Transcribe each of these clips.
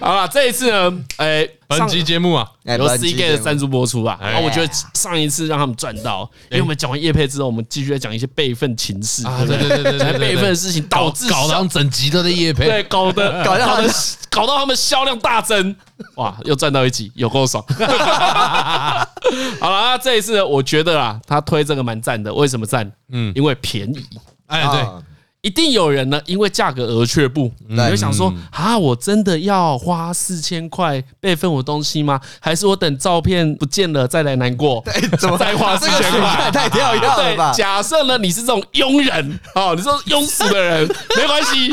好了，这一次呢，哎，本上集节目啊，哎由本集 C K 的节目赞助播出啊，哎然后我觉得上一次让他们赚到，因为我们讲完叶配之后，我们继续再讲一些辈分情事，啊，对不对对对对对讲对，辈分的事情导致搞销上整集都在夜配，对搞得搞搞得得他们搞到他们销量大增， 哇，又赚到一集，有够爽。 好了，那这一次呢我觉得啦，他推这个蛮赞的，为什么赞？嗯嗯，因为便宜。哎对，啊一定有人呢，因为价格而却步，嗯你会想说啊，我真的要花四千块备份我东西吗？还是我等照片不见了再来难 过？哎，怎么再花这个4000取块态太跳跃了吧对，？假设呢，你是这种庸人哦，你是这种庸俗的 人，没关系。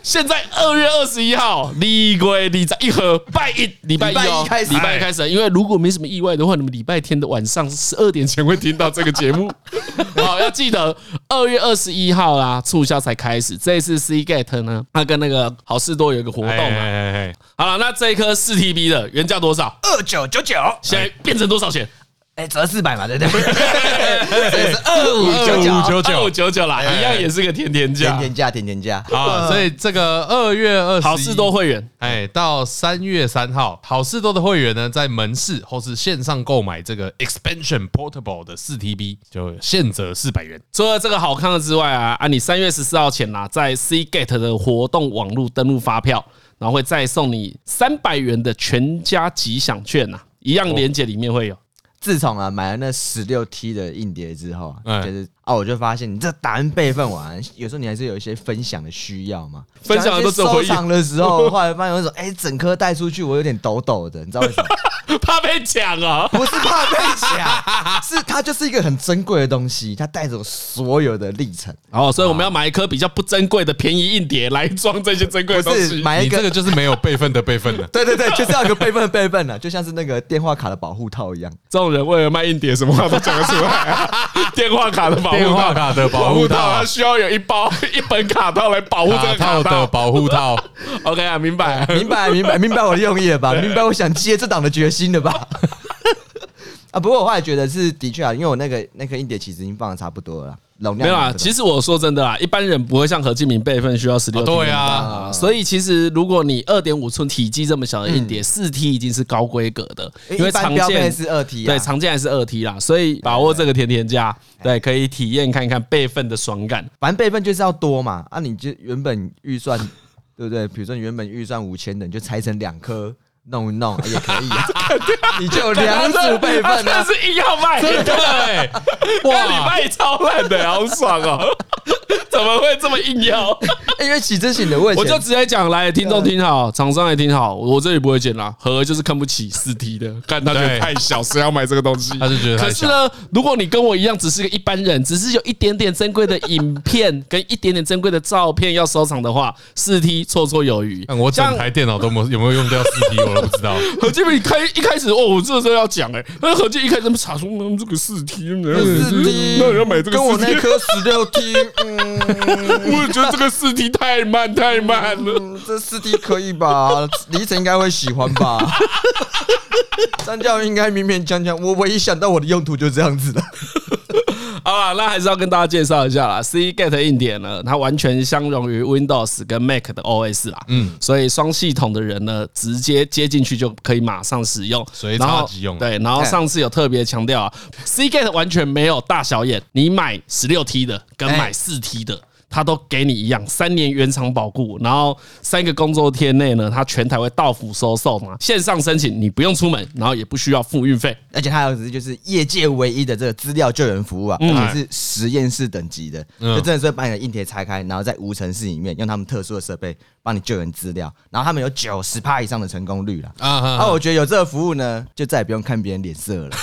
现在二月二十一号，礼归礼在一盒，拜一礼拜一哦礼拜一开，始礼拜一开始，因为如果没什么意外的话，你们礼拜天的晚上十二点前会听到这个节目。好，要记得二月二十一号啦，促销才开始。这一次 C Gate 呢，它跟那个好事多有一个活动哎哎啊。哎哎，好了，那这一颗四 TB 的原价多少？二九九九，现在变成多少钱？哎，折四百嘛，对不对？ 所以是二五九2599九，二五九九啦，一样也是个甜甜价点。点价，点点价。啊，所以这个二月二十，好事多会员，哎，到三月三号，好事多的会员呢，在门市或是线上购买这个 Expansion Portable 的四 TB，就现折四百元。除了这个好看的之外啊，啊，你三月十四号前啦、在 C Gate 的活动网络登录发票，然后会再送你三百元的全家吉祥券呐、一样链接里面会有。自从啊买了那十六 T 的硬碟之后啊，哎就是啊，我就发现你这档案备份完，有时候你还是有一些分享的需要嘛。分享的都只有回忆收藏的时 候，后来发现有一种哎，整颗带出去我有点抖抖的，你知道为 什么？怕被抢啊！不是怕被抢，是它就是一个很珍贵的东西，它带着我所有的历程，哦，所以我们要买一颗比较不珍贵的便宜硬碟来装这些珍贵的不东是西。买你一这个个。就是没有备份的备份 。了对对对，就是要有个备份的备份啊呢、 就像是那个电话卡的保护套一样。这种人为了卖硬碟，什么话都讲得出来、啊。 电话卡的保护套，啊电话卡的保护套啊它需要有一包 一本卡套来保护这卡个卡套的套。保护套， OK 啊，明白。 明白，明白，明白我的用意了吧？明白我想接这档的决心了吧？ 啊，不过我后来觉得是的确啊，因为我那个那颗硬碟其实已经放的差不多了啦，容量没有啊，其实实我说真的啦，一般人不会像何敬明备份需要十六、哦对啊，所以其实如果你二点五寸体积这么小的硬碟，四 T 已经是高规格的，因为嗯一般常标见配是二 T 啊哎对，常见还是二 T 啦，所以把握这个甜甜价，对，可以体验看看备份的爽感。反正备份就是要多嘛。啊，你就原本预算对不对？比如说你原本预算五千的，你就拆成两颗弄一弄、啊也可 以啊，你就有 两组备份真的 啊。是硬要卖，真对， 哇，你卖超烂的，好爽哦！ 怎么会这么硬要？因为起真型的我以我前就直接讲，来，听众听好，厂商也听好，我这里不会剪啦。何就是看不起四 T 的，看他觉得对太小，谁要买这个东西？他就觉得可太是小。呢，如果你跟我一样只是个一般人，只是有一点点珍贵的影片 跟一点点珍贵的照片要收藏的话，四 T 绰绰有余。看我整像台电脑都没有有没有用掉四 T，我都不知道。何建明开一开始哦，我这个时候要讲哎，那何建一开始那么查出嗯这个四 T，那四 T，那你要买这个跟我四那 T，颗十六 T，嗯。我觉得这个四 T 太慢太慢了。嗯，这四 D 可以吧？ 李晨应该会喜欢吧？ 张教应该勉勉强强，我唯一想到我的用途就这样子了。好啦，那还是要跟大家介绍一下啦。C Get 硬点呢，它完全相容于 Windows 跟 Mac 的 OS 啦，嗯，所以双系统的人呢，直接接进去就可以马上使用，随插然后即用啊对，然后上次有特别强调啊，C Get 完全没有大小眼，你买十六 T 的跟买四 T 的。它都给你一样，三年原厂保固，然后三个工作天内呢，它全台会到府收送啊，线上申请你不用出门，然后也不需要付运费。而且还有只是就是业界唯一的这个资料救援服务啊，而且是实验室等级的，嗯就真的是会把你的硬碟拆开，然后在无尘室里面用他们特殊的设备帮你救援资料，然后他们有九十趴以上的成功率了。啊啊啊，我觉得有这个服务呢，就再也不用看别人脸色了。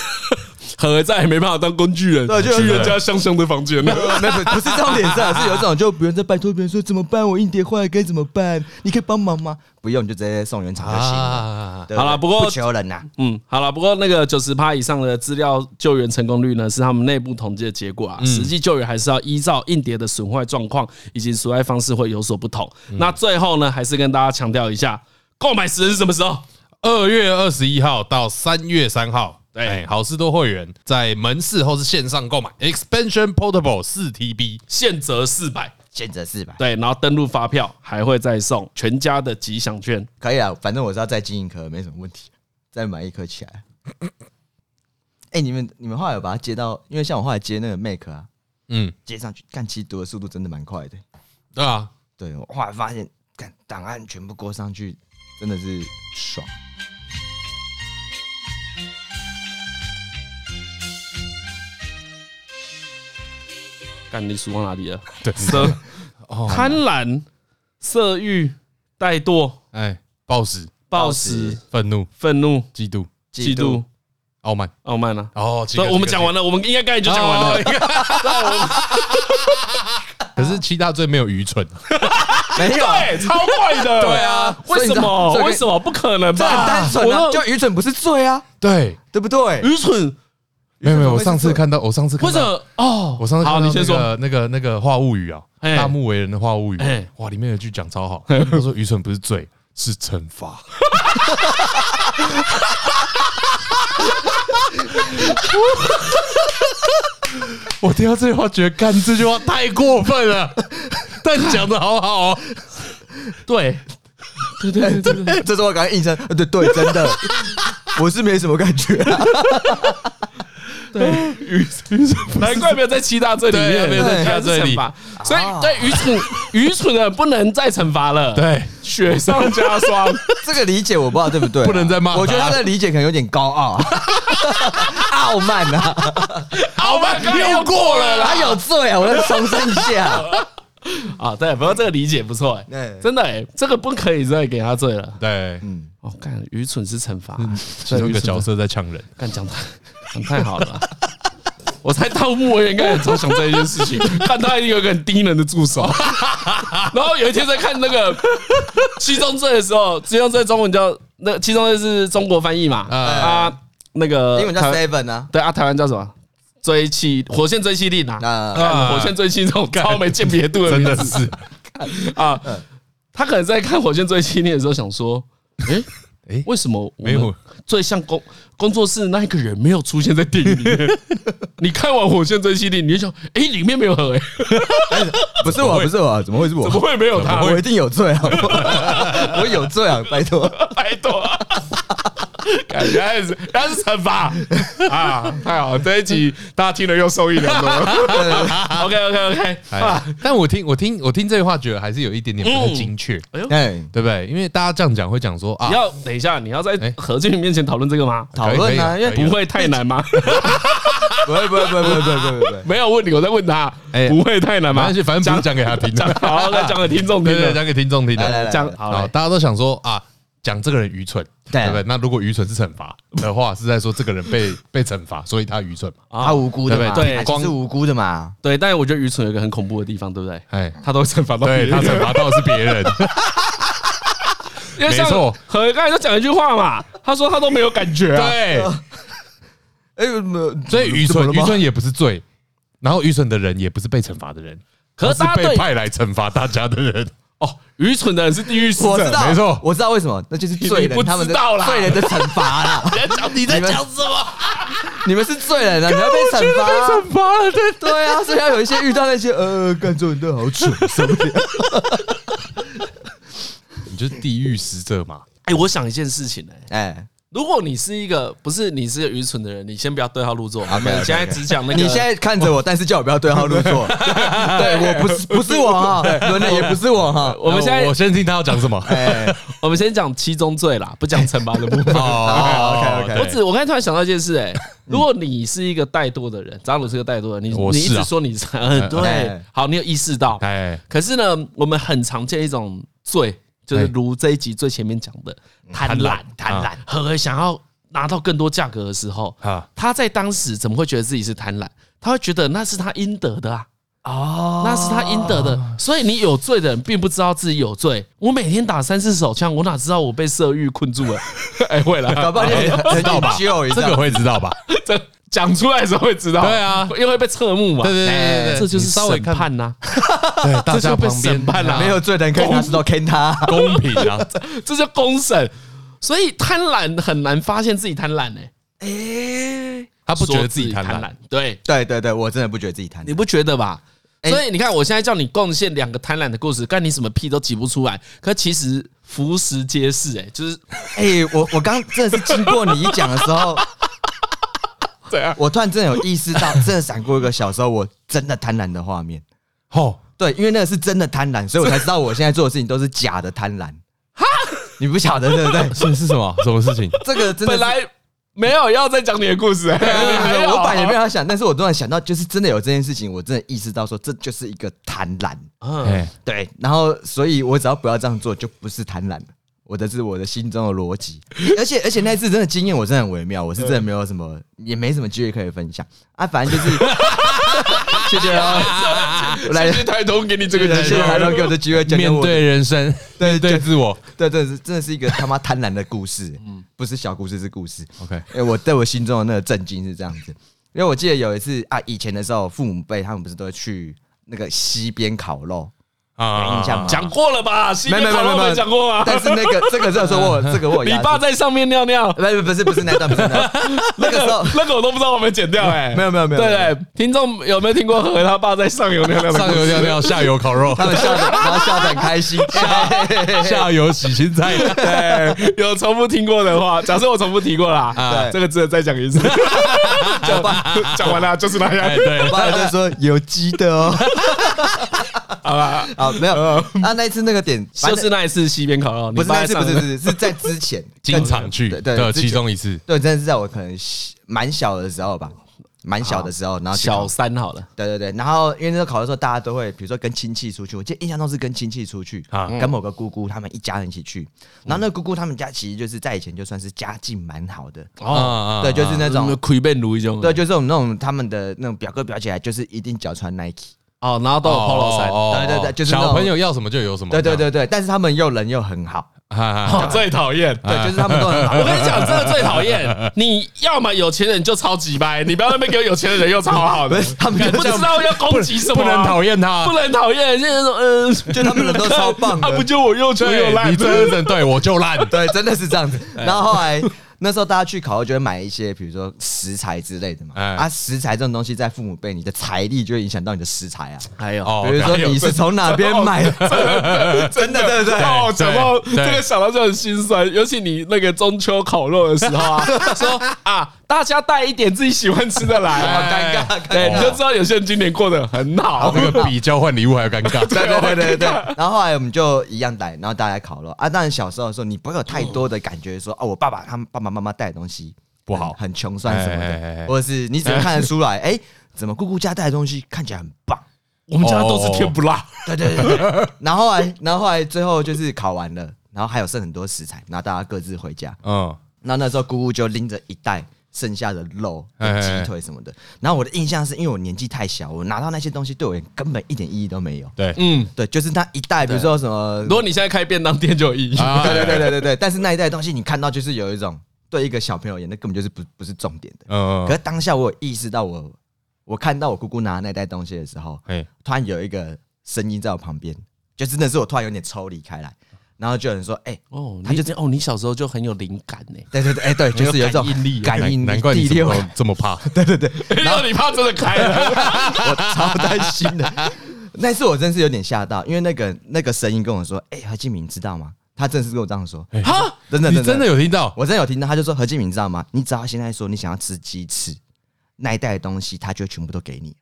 何在也没办法当工具人，对就去是人家香香的房间了。 没有，不是这种脸色，是有一种就不用再拜托别人说怎么办，我硬碟坏了该怎么办？你可以帮忙吗？不用，就直接送原厂就行了。啊！对对好啦不过不求人啊呐、 嗯，好了，不过那个九十趴以上的资料救援成功率呢，是他们内部统计的结果啊。实际救援还是要依照硬碟的损坏状况以及损坏方式会有所不同。那最后呢，还是跟大家强调一下，购买时间是什么时候？二月二十一号到三月三号，对哎，好事多会员在门市或是线上购买 Expansion Portable 四 TB，现折四百，现折四百，对，然后登录发票还会再送全家的吉祥券。可以啊，反正我是要再进一颗，没什么问题，再买一颗起 来。哎、你们你们后来有把它接到，因为像我后来接那个 Make 啊，嗯，接上去，干其实读的速度真的蛮快的。对啊，对我后来发现，干档案全部勾上去，真的是爽。干你数到哪里了？对，色哦贪婪、色欲、怠惰、哎，暴食、暴暴食食、愤怒、愤怒、嫉妒、嫉妒、傲慢。傲慢啊！哦，所以我们讲完了，了，我们应该刚才就就讲完了。了。 可是七大罪没有愚蠢，没有， 对，超快的。对啊，为什么？所以你知道所以为什么不可能这很吧？单纯啊，我就愚蠢不是罪啊，对，对不对？愚蠢，没有没有，愚蠢怎么会我是上次罪看到，我上次看为什到，么？哦，我上次看好，到你先那说。个那个那个话物语啊，哎大木为人的话物语啊哎，哇，里面有一句讲超好，他说愚蠢不是罪，是惩罚。 我听到这句话，觉得干这句话太过分了，但讲的好好哦。对，对对对对， 这是我刚刚印象，呃对对，真 的，我是没什么感觉、 啊。愚愚蠢不难是怪没有在七大罪里对面，没有在七大罪里惩罚。所以，对愚蠢 愚蠢的人不能再惩罚了。，对，雪上加霜。这个理解我不知道对不对啊、不能再骂他我觉得他的理解可能有点高傲、啊 傲慢啊，好吧，又过了啦。他有罪啊！我再重申一 下， 啊，对，不过这个理解不错哎、对真的哎、这个不可以再给他罪了。对，嗯，哦，干，愚蠢是惩罚，其中一个角色在呛人，干讲太讲太好了啊、我猜盗墓我也应该很常想这一件事情，看他一定有一个很低能的助手。然后有一天在看那个《七宗罪》的时候，《七宗罪》中文叫那《七宗罪》是中国翻译嘛？呃啊，那个英文叫台 Seven 啊，对啊，台湾叫什么？追妻火线追妻令啊，那啊火线追妻这种超没鉴别度的真名的字是，啊。他可能在看火线追妻令的时候想说，诶 诶为什么我没有们最像工工作室那一个人没有出现在电影里面？ 你看完《火线追妻令》，你就想，诶，里面没有他，诶，不是我，不是我，怎么会是我怎么？会没有他？我一定有罪 啊！我我有罪啊！拜托，拜托， 感觉还是还是惩罚啊！太好了，这一集大家听了又受益良多。OK OK OK，哎，但我听我听我听这句话，觉得还是有一点点不太精确，哎，对不对？因为大家这样讲会讲说啊你，要等一下，你要在哎何俊面前讨论这个吗？讨论啊，可以可以因为可以不会太难吗？哎不会，不会，不会，不会，不会，不会不会，没有问题，我在问他哎，不会太难没吗关？系，反正不是讲给他听讲的，好，再讲给听众听对对，的，讲给听众听来来的。来，讲来好好，了。大家都想说啊，讲这个人愚蠢，对对不对？那如果愚蠢是惩罚的话，是在说这个人被 被惩罚，所以他愚蠢嘛？啊他啊无辜的嘛，对不对他其实是无辜的嘛，对，但是我觉得愚蠢有一个很恐怖的地方，对不对？哎，他都会惩罚到别 对他人，惩罚到的是别人，因为像没错何刚才就讲一句话嘛，他说他都没有感觉啊，对，哎，没有 所以愚怎么蠢了愚吗蠢也不是罪，然后愚蠢的人也不是被惩罚的人，可是是大家被对派来惩罚大家的人。哦，愚蠢的人是地狱使我知者，道，没错我知道为什么，那就是罪你不人他们知的道啦罪人的惩 罚啦。你在讲你在你们讲什么？你们是罪 人啊，你要被惩罚啊，惩罚了，对对啊，所以要有一些遇到那些呃，干这种人都好蠢，受不了。你就是地狱使者嘛。哎，我想一件事情 哎，哎，如果你是一个不是你是一个愚蠢的人，你先不要对号入座，我 OK，OK，OK 们现在只讲那个，啊哎你现在看着我，但是叫我不要对号 入座。对我不是不是我哈，伦伦也不是 我哈。我们现在我先听他要讲什么。哎，我们先讲七宗罪啦，不讲惩罚的部分。哦 OK，OK 我只我刚才突然想到一件事、哎，如果你是一个怠惰的人，张鲁是个怠惰的人，你、我你是一直啊说你是， 嗯，对哎，好，你有意识到。哎，可是呢，我们很常见一种罪，就是哎嗯如这一集最前面讲的贪婪，贪婪，和想要拿到更多价格的时候，啊，他在当时怎么会觉得自己是贪婪？他会觉得那是他应得的啊。哦那是他应得的。所以你有罪的人并不知道自己有罪。我每天打三四手枪，我哪知道我被色欲困住了？哎，会搞了，不好你很道吧久，这个会知 道吧？ 这讲出来的时候会知道。对啊因为会被侧目嘛。对对对对哎对，这就是你稍微审看，判呐，对这大就家被旁边审判 啦。没有罪的人可以拿石头 K 他。公平啊， 这叫公审。所以贪婪很难发现自己贪婪呢、欸哎，他他不觉得自己贪婪，婪。对，对对对，我真的不觉得自己贪你婪。不觉得吧？哎所以你看，我现在叫你贡献两个贪婪的故事，干你什么屁都挤不出来。可其实浮石皆是，哎，就是哎、我我刚真的是经过你一讲的时候， 怎样？我突然真的有意识到，真的闪过一个小时候我真的贪婪的画面。 哦，对，因为那个是真的贪婪，所以我才知道我现在做的事情都是假的贪 婪。你不晓得对不对？是是什么什么事情？这个真的本是来没有要再讲你的故事，哎还有我 本来也没有要想，但是我突然想到，就是真的有这件事情，我真的意识到说这就是一个贪婪。嗯，哎，对，然后所以我只要不要这样做，就不是贪婪了。我的是我的心中的逻辑，而且而且那次真的经验我真的很微妙，我是真的没有什么，也没什么机会可以分享啊，反正就是 谢谢喽，我来谢谢台东给你这个哦谢机谢台会。东给我的机会，讲面讲我对人生，面对自我。对对是真的是一个他妈贪婪的故事，嗯 不是小故事是故事， OK，哎、我对我心中的那个震惊是这样子，因为我记得有一次啊，以前的时候，父母辈他们不是都会去那个溪边烤肉，啊印象吗讲过了吧？西没边没烤没肉没没没讲过吗？但是那个这个这个 说我有这个我有你压爸制，在上面尿尿，不不不是不是那段不是 那段，那那个时候个那个我都不知道我们剪 掉哎、没有没有没有，对没有对，听众有没有听过和他爸在上游尿尿 的故上事？游尿尿，下游烤肉，他们笑的，然后笑得很 开心， 下游洗青 菜。对，有重复听过的话，假设我重复提过啦，啊对 这个值得再讲一 次。讲完讲完了就是那哎，样，我对，爸就说有鸡的哦，好吧，嗯啊没有啊那一次那个点反就正是那一次西边烤肉，你不是爸那在次上不是不是是在之前经常去对对的之其前中一次。对，真的是在我可能蛮小的时候吧，蛮小的时候，然后去烤小三好了，对对对，然后因为那时候考的时候，大家都会比如说跟亲戚出去，我记得印象中是跟亲戚出去，啊嗯跟某个姑姑他们一家人一起去。然后那个姑姑他们家其实就是在以前就算是家境蛮好的，哦，啊对，就是那种。亏变如一种，对，就是我们那种他们的那种表哥表姐，就是一定脚穿 Nike，哦，然后都有 polo 衫，衫对对对就是那种哦小朋友要什么就有什么。对对对对，但是他们又人又很好，哈，哈哈哎哦最讨厌。啊对，就是他们都很好我。 跟你讲，真的最讨 厌，你要么有钱人就超级掰，你不要那边给我有钱的人又超好 的，他们你不知道要攻击什么不啊，能讨厌他 不。能讨厌，现在说嗯，就他们人都超棒的啊他不就我又穷又对，烂你，真的对我就烂。对，真的是这样子。哎然后后来那时候大家去烤肉就会买一些，比如说食材之类的嘛。哎啊，食材这种东西在父母辈，你的财力就会影响到你的食材啊。还有哦比如说你是从哪边买 的，真的对不对？哦，对讲到对这个想到就很心酸，尤其你那个中秋烤肉的时候 啊，说啊，大家带一点自己喜欢吃的好 来，尴哎尬，对，尴你尬。就知道有些人今年过得很好那个比交换礼物还要尴 尬。对对 对对对，哦然后后来我们就一样带，然后大家烤肉啊。当然小时候的时候，你不会有太多的感觉说，哦，我爸爸他们爸爸妈妈带的东西不好很很穷酸什么哎哎哎哎的，或者是你只能看得 出来，哎，怎么姑姑家带的东西看起来很棒，我们家都是天不辣，对对 对对。然后后来，然后后来最后就是烤完了，然后还有剩很多食材，然后大家各自回家。嗯，那那时候姑姑就拎着一袋剩下的肉、哎哎跟鸡哎腿什么的。然后我的印象是因为我年纪太小，我拿到那些东西对我根本一点意义都没有。对。嗯，对，就是那一袋，比如说什么如，果你现在开便当店就有意义，啊对对对对对对。但是那一袋东西你看到就是有一种对一个小朋友而言，那根本就是不不是重点的。嗯可是当下我有意识到我，我看到我姑姑拿那袋东西的时候，哎，突然有一个声音在我旁边，就真的是我突然有点抽离开来，然后就有人说：“哎、哦，他他就就这哦，你小时候就很有灵感 呢，对对对，哎、对，就是有一种感应力感应力啊难怪你第怎六么感，都这么怕。然哎后你怕真的开了，我超担心的。那次我真是有点吓到，因为那个那个声音跟我说：“哎、何敬明知道吗？”他真的是跟我这样说，哈，真的你真的，有听到？我真的有听到，他就说：“何敬明知道吗？你只要现在说你想要吃鸡翅，那一袋的东西，他就全部都给你。”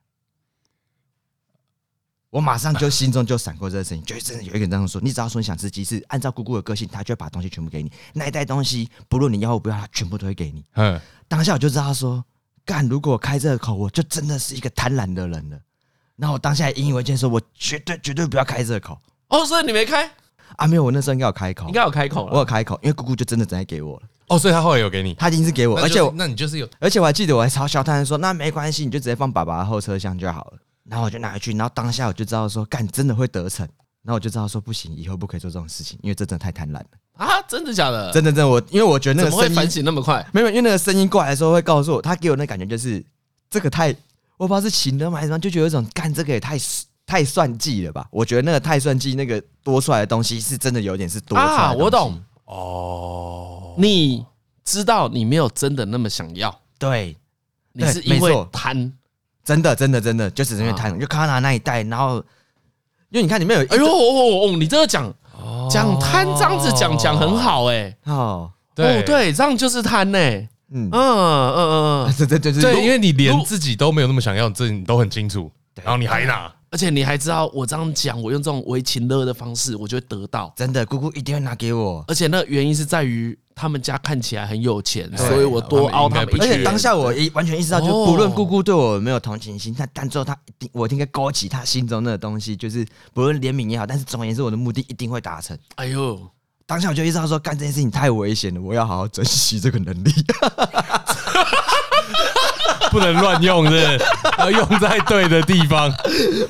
我马上就心中就闪过这个声音，就是真的有一个人这样说：“你只要说你想吃鸡翅，按照姑姑的个性，他就会把东西全部给你。那一袋东西，不论你要或不要，他全部都会给你。”嗯，当下我就知道说，干，如果我开这个口，我就真的是一个贪婪的人了。然后我当下引以为戒，说我绝对绝对不要开这个口 哦，所以你没开，啊！没有，我那时候应该有开口应，该有开口啊我了，有开口，因为姑姑就真的真的给我了，哦，所以他后来有给你，她已经是给我，那而就是且我那你就是有而且我还记得我还嘲笑他说，那没关系，你就直接放爸爸的后车厢就好了。然后我就拿回去，然后当下我就知道说，干，真的会得逞。然后我就知道说，不行，以后不可以做这种事情，因为这真的太贪婪了。啊，真的假的？真的真的，我因为我觉得那怎个么会声音反省那么快？没有，因为那个声音过来的时候会告诉我，他给我那感觉就是这个太，我不知道是情的吗还是什么，就觉得有一种干这个也太太算计了吧？我觉得那个太算计，那个多出来的东西是真的有点是多出来的啊，东西我懂，哦，你知道你没有真的那么想要，对你是因没为错贪，真的真的真的就只是啊因为贪婪，就看到他那一袋，然后因为你看里面有一哎呦哦哦哦，你这个讲讲贪这样子讲讲很好哎，哦，哦对，这样就是贪呢，嗯嗯嗯，嗯嗯， 这这就是对，因为为你连自己都没有那么想要，这你都很清楚，然后你还拿，而且你还知道我这样讲，我用这种为情乐的方式，我就会得到。真的姑姑一定会拿给我，而且那原因是在于他们家看起来很有钱，对所以我多凹他们他们应该不一而点。且当下我一完全意识到，就哦不论姑姑对我有没有同情心，但但最后她一定，我应该勾起她心中那个东西，就是不论怜悯也好，但是总而言之，我的目的一定会达成。哎呦，当下我就意识到说，干这件事情太危险了，我要好好珍惜这个能力。 不能乱用，是 不是要用在对的地方。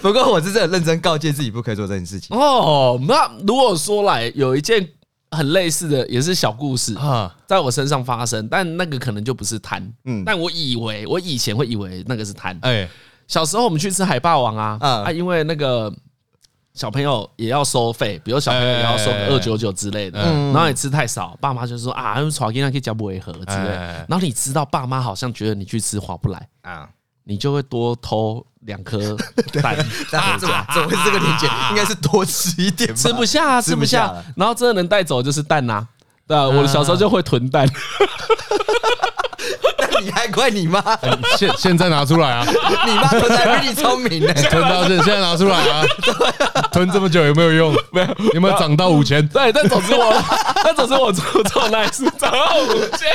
不过我是真的认真告诫自己不可以做这件事情。哦，那如果说来有一件很类似的，也是小故事啊在我身上发生，但那个可能就不是贪，嗯嗯，但我以为我以前会以为那个是贪。呃哎，小时候我们去吃海霸王啊，嗯啊，因为那个小朋友也要收费，比如小朋友也要收哎二九九之类的，然后你吃太少，爸妈就说啊，他们炒鸡蛋可以加不违和之类的哎然后你知道爸妈好像觉得你去吃划不来，啊，你就会多偷两颗蛋。但怎么怎么会是这个连接？应该是多吃一点吧，啊吃不下啊，吃吃不不下下。然后真的能带走就是蛋呐、对啊，我小时候就会囤蛋，那 你还怪你妈？哎现现在拿出来啊，你妈存在比你聪明 呢。囤到现现在拿出来啊，囤这么久有没有 用？没有，有没有涨到五千？对，但总之我， 但总之我做做那一次长到五千，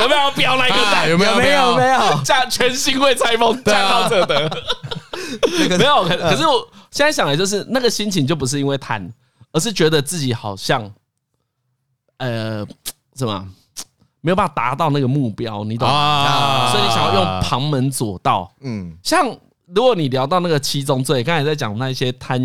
有没有标那一个啊蛋？有没有没有没 有，架全新会拆封，对架啊嗯到这的，那个没有。可可是我现在想来，就是那个心情就不是因为贪，而是觉得自己好像，呃，怎么没有办法达到那个目标，你懂吗？啊所以你想要用旁门左道，嗯，像如果你聊到那个七宗罪，刚才在讲那些贪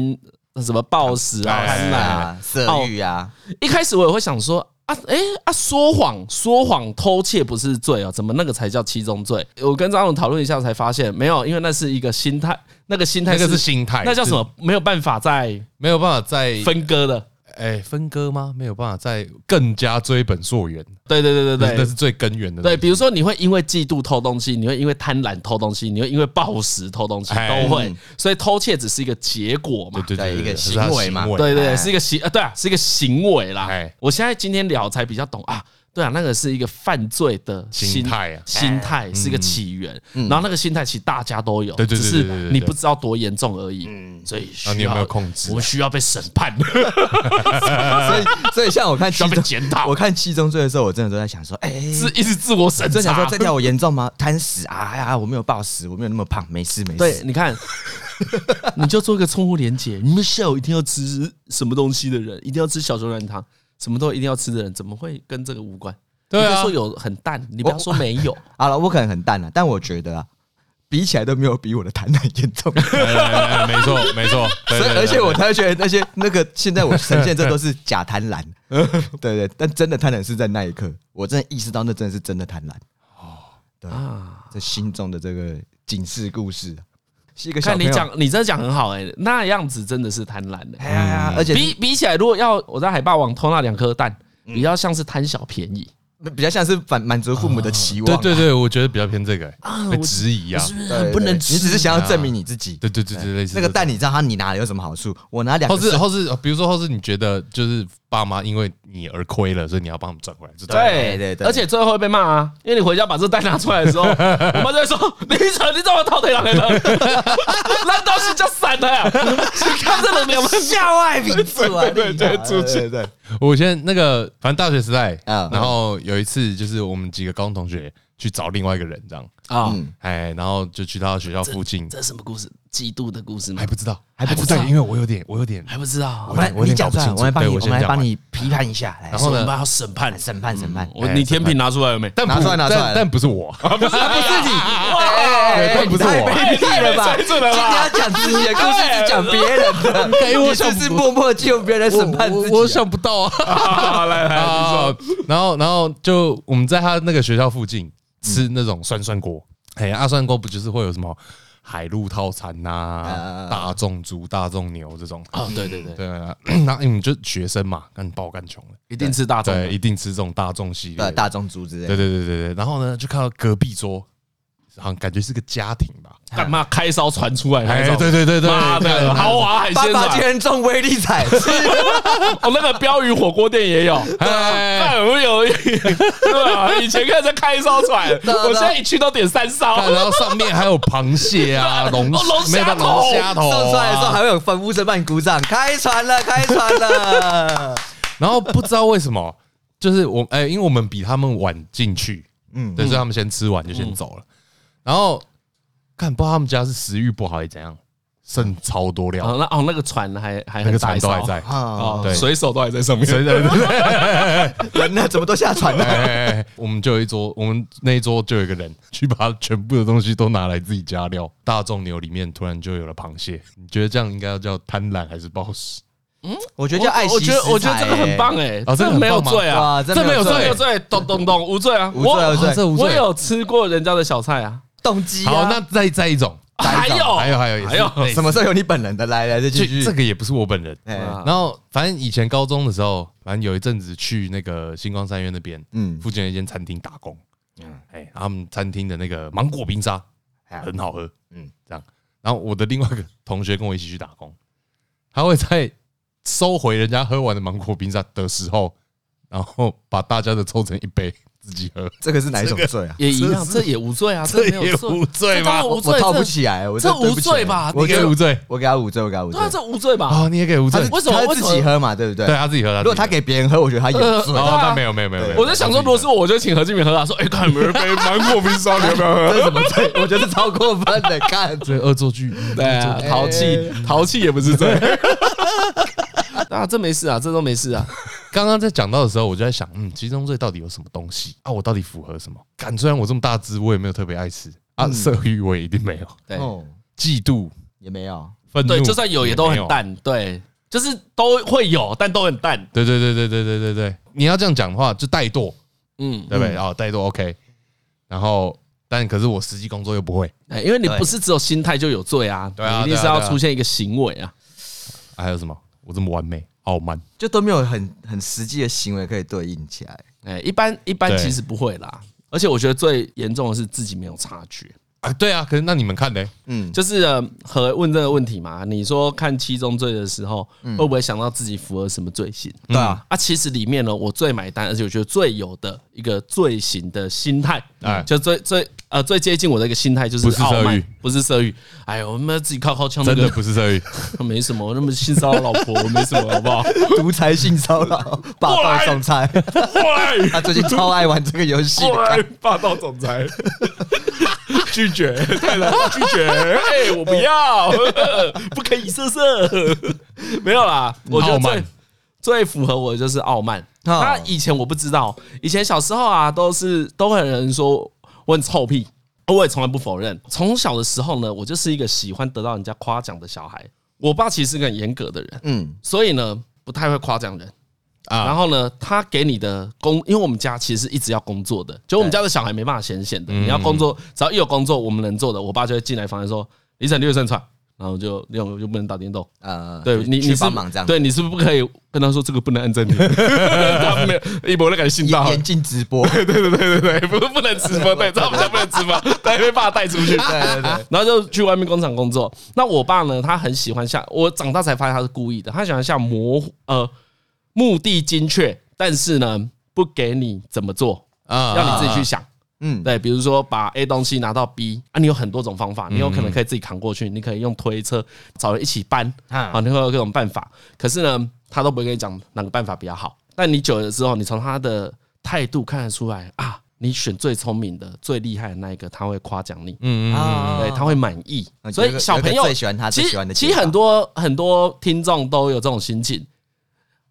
什么暴食啊、哎贪婪啊，啊，色欲啊，一开始我也会想说啊，哎啊，说谎、说谎、偷窃不是罪啊，怎么那个才叫七宗罪？我跟张总讨论一下才发现，没有，因为那是一个心态，那个心态那个是心态，那叫什是？么？没有办法再没有办法再分割的。哎分割吗？没有办法再更加追本溯源，对对对对那对是。最根源的。对，比如说你会因为嫉妒偷东西，你会因为贪婪偷东西，你会因为暴食偷东西，哎都会嗯。所以偷窃只是一个结果嘛。对对对，对一个对是他行为嘛对对，哎是一个行啊，对啊，是一个行为啦哎。我现在今天聊才比较懂啊，对啊，那个是一个犯罪的心心态啊心态嗯是一个起源，然后那个心态其实大家都有，对对对只对对对是对你不知道多严重而已。所以需啊要你有没有控制啊我们需要被审 判，所以所以像我看需七要被宗，检讨我，看七宗罪的时候，我真的都在想说，哎，是一直自我审真想查说。这条我严重吗？ 贪食啊哎呀，我没有暴食，我没有那么胖，没事没 事。对，你看，你就做一个错误连结。你们下午一定要吃什么东西的人，一定要吃小熊软糖，什么都一定要吃的人，怎么会跟这个无关？对你啊不要说有很淡，你不要说没有。好了，我可能很淡了，但我觉得啊，比起来都没有比我的贪婪严重。所哎哎哎没错没 错，对以，对对而且我才会觉得那些那个现在我呈 现这都是假贪婪，对对，但真的贪婪是在那一刻，我真的意识到那真的是真的贪婪。啊哦，对，这心中的这个警示故事是一个哎小看朋你友，讲，你真的讲很好哎、那样子真的是贪婪的、哎呀呀，而且嗯比比起来，如果要我在海霸王偷那两颗蛋，比较像是贪小便宜。比比较像是满满足父母的期望对啊，对对，我觉得比较偏这个啊哎被我质疑啊，对，对很不能吃啊你只是想要证明你自己。对对对对，类似那个这种蛋，你知道它你拿了有什么好处？我拿两或个是或是，比如说，或是你觉得就是爸妈因为你而亏了，所以你要帮他们赚回来，这种对对对而且最后会被骂啊，因为你回家把这蛋拿出来的时候，我妈就会说：“你扯，你怎么偷腿狼来了？ 那东西就散了呀！”你看这人没有办 法。校外民主啊，对对出去对对， 我现在那个，反正大学时代，嗯然后有一次就是我们几个高中同学去找另外一个人这样，啊，哎，然后就去他学校附近，这是什么故事？嫉妒的故事吗还？不知道，还不知道对因为我有点，我有 点，还不知道哦我。们来我有点你讲出来，搞不清楚我们来帮对你，我我先们来讲帮完你批判一下，来然后呢嗯我们要审判，审判审判，我你天平拿出来了没？但不拿出来拿出来但但不是我，不 是你，哎哎哎但不是太我卑鄙了吧？哎太今准了吧天要讲自己的故事，只讲别人的，哎我你是不是默默就用别人 审判自己啊？我想不到 啊， 好，来来，啊，然后然后就我们在他那个学校附嗯近吃那种涮涮锅，哎，阿涮锅不就是会有什么海陆套餐呐啊、大众猪、大众牛这种，哦，对对对，对， 然后你们就学生嘛，干把我干穷了。一定吃大众的。对，一定吃这种大众系列呃的。大众猪之类对对的，对对对，然后呢，就看到隔壁桌好像感觉是个家庭吧。 干嘛开烧传出来那哎，种？对对对对，妈的，豪华海爸鲜爸啊今！天中威力彩，哦，那个鲷鱼火锅店也有。哎，哎，我有， 对啊，以前看在开烧 船，我现在一去都点三烧。 看然后上面还有螃蟹啊，龙哦龙没有虾头龙虾头啊送出来的时候还会有粉屋者帮你鼓掌，开船了，开船 了。然后不知道为什么，就是我哎、因为我们比他们晚进去，嗯，嗯对，所以他们先吃完就先走了。然后看不知道他们家是食欲不好还是怎样，剩超多料，哦，那哦，那个船还还那很个大船一都艘还在。哦啊，对水手都还在上面。对对对对，人呢？怎么都下船了？哎我们就有一桌，我们那一桌就有一个人去把全部的东西都拿来自己加料。大众牛里面突然就有了螃蟹，你觉得这样应该要叫贪婪还是暴食？我觉得叫爱惜我觉得我觉得这个很棒哎，哎，哦这个很棒吗没有罪啊，哇这没有罪这没有罪，懂懂懂，无罪啊，无罪我无罪这无罪我有吃过人家的小菜啊，动机啊。 好，那再再一种，啊还有还有还有嗯也是还有类似什么时候有你本人的？来来，再继这续。这个也不是我本人，哎，啊然后反正以前高中的时候，反正有一阵子去那个星光三院那边，嗯，嗯附近的一间餐厅打工，嗯嗯，哎，然后他们餐厅的那个芒果冰沙哎很好喝，嗯嗯，这样。然后我的另外一个同学跟我一起去打工，他会在收回人家喝完的芒果冰沙的时候，然后把大家的凑成一杯 自己喝，这个是哪一种罪啊？也一样，这也无罪啊，这没也有罪，无罪这当吗然？无罪我，套这不起来，我这真的对不起来无罪吧我你给给无罪我给他五罪，我给他五罪对啊，。这无罪吧？啊，你也给无他罪是，为什么他为什是自么己喝嘛，对不对？对他自己喝，如果他自己给别人喝，我觉得他有罪。喝，对哦，啊那没有没有没有没有，我在想说，如果是我，我就请何敬明喝啊，说哎，看有没有人杯芒果冰沙，你要不要这喝？是什么罪？我觉得是超过分的，看对恶作剧，嗯对啊，淘气淘气也不是罪。啊，这没事啊，这都没事啊。刚刚在讲到的时候，我就在想，嗯，七宗罪到底有什么东西啊？我到底符合什么？感虽然我这么大只，我也没有特别爱吃啊，嗯色欲我也一定没有，对哦，嫉妒、也没有。愤怒，对，就算有也都很。淡，对，就是都会有，但都很淡。对对对对对对对对，你要这样讲的话，就怠惰，嗯，对不对？哦，怠惰 OK，然后但可是我实际工作又不会，哎因为你对不是只有心态就有罪啊，对啊你一定是对啊要对啊出现一个行为啊。还有什么？我这么完美、傲慢，就都没有很很实际的行为可以对应起来。哎，一般一般对其实不会啦。而且我觉得最严重的是自己没有察觉，啊，对啊，可是那你们看呢？嗯，就是呃和问这个问题嘛，你说看七宗罪的时候，嗯会不会想到自己符合什么罪行？对啊，啊，其实里面呢，我最买单，而且我觉得最有的一个罪行的心态，哎就最最呃最接近我的一个心态就不是是傲色慢欲，不是色欲。哎呦，我们自己靠靠枪真那的个不是这欲，没什么，我那么性骚扰老婆我没什么，好不 好？独裁性骚扰、霸道总裁，过来，他最近超爱玩这个游戏的。过来，霸道总裁， 拒绝， 太难，拒绝，哎、我不要， 不可以色色， 嗯没有啦，我觉得傲慢最最符合我的就是傲慢。那以前我不知道，以前小时候啊，都是都会有人说我很臭屁，我也从来不否认。从小的时候呢，我就是一个喜欢得到人家夸奖的小孩。我爸其实是个很严格的人，嗯，所以呢不太会夸奖人。啊然后呢，他给你的工，因为我们家其实是一直要工作的，就我们家的小孩没办法闲闲嗯的。你要工作，只要一有工作，我们能做的，我爸就会进来房间说：“李晨，你有上床。”然后就那种就不能打电动，呃，对你去你是帮忙这样，对你是不是不可以跟他说这个不能按 暂停？ 他没有一博那个信严到，严禁直播，对对对对对，不不能直播，对，在我们家不能直 播，对，被爸带出去，对对对，然后就去外面工厂工作。那我爸呢，他很喜欢下，我长大才发现他是故意的，他喜欢下模糊呃目的精确，但是呢不给你怎么做，啊要你自己去想。嗯，对，比如说把 A 东西拿到 B 啊，你有很多种方法，你有可能可以自己扛过去，你可以用推车找人一起搬啊，你会有各种办法。可是呢，他都不会跟你讲哪个办法比较好。但你久了之后，你从他的态度看得出来啊，你选最聪明的、最厉害的那一个，他会夸奖你。嗯嗯啊对，哎他会满意，嗯所有一以个小朋有一友个最喜欢他其最实喜欢的其实解法很多很多听众都有这种心情，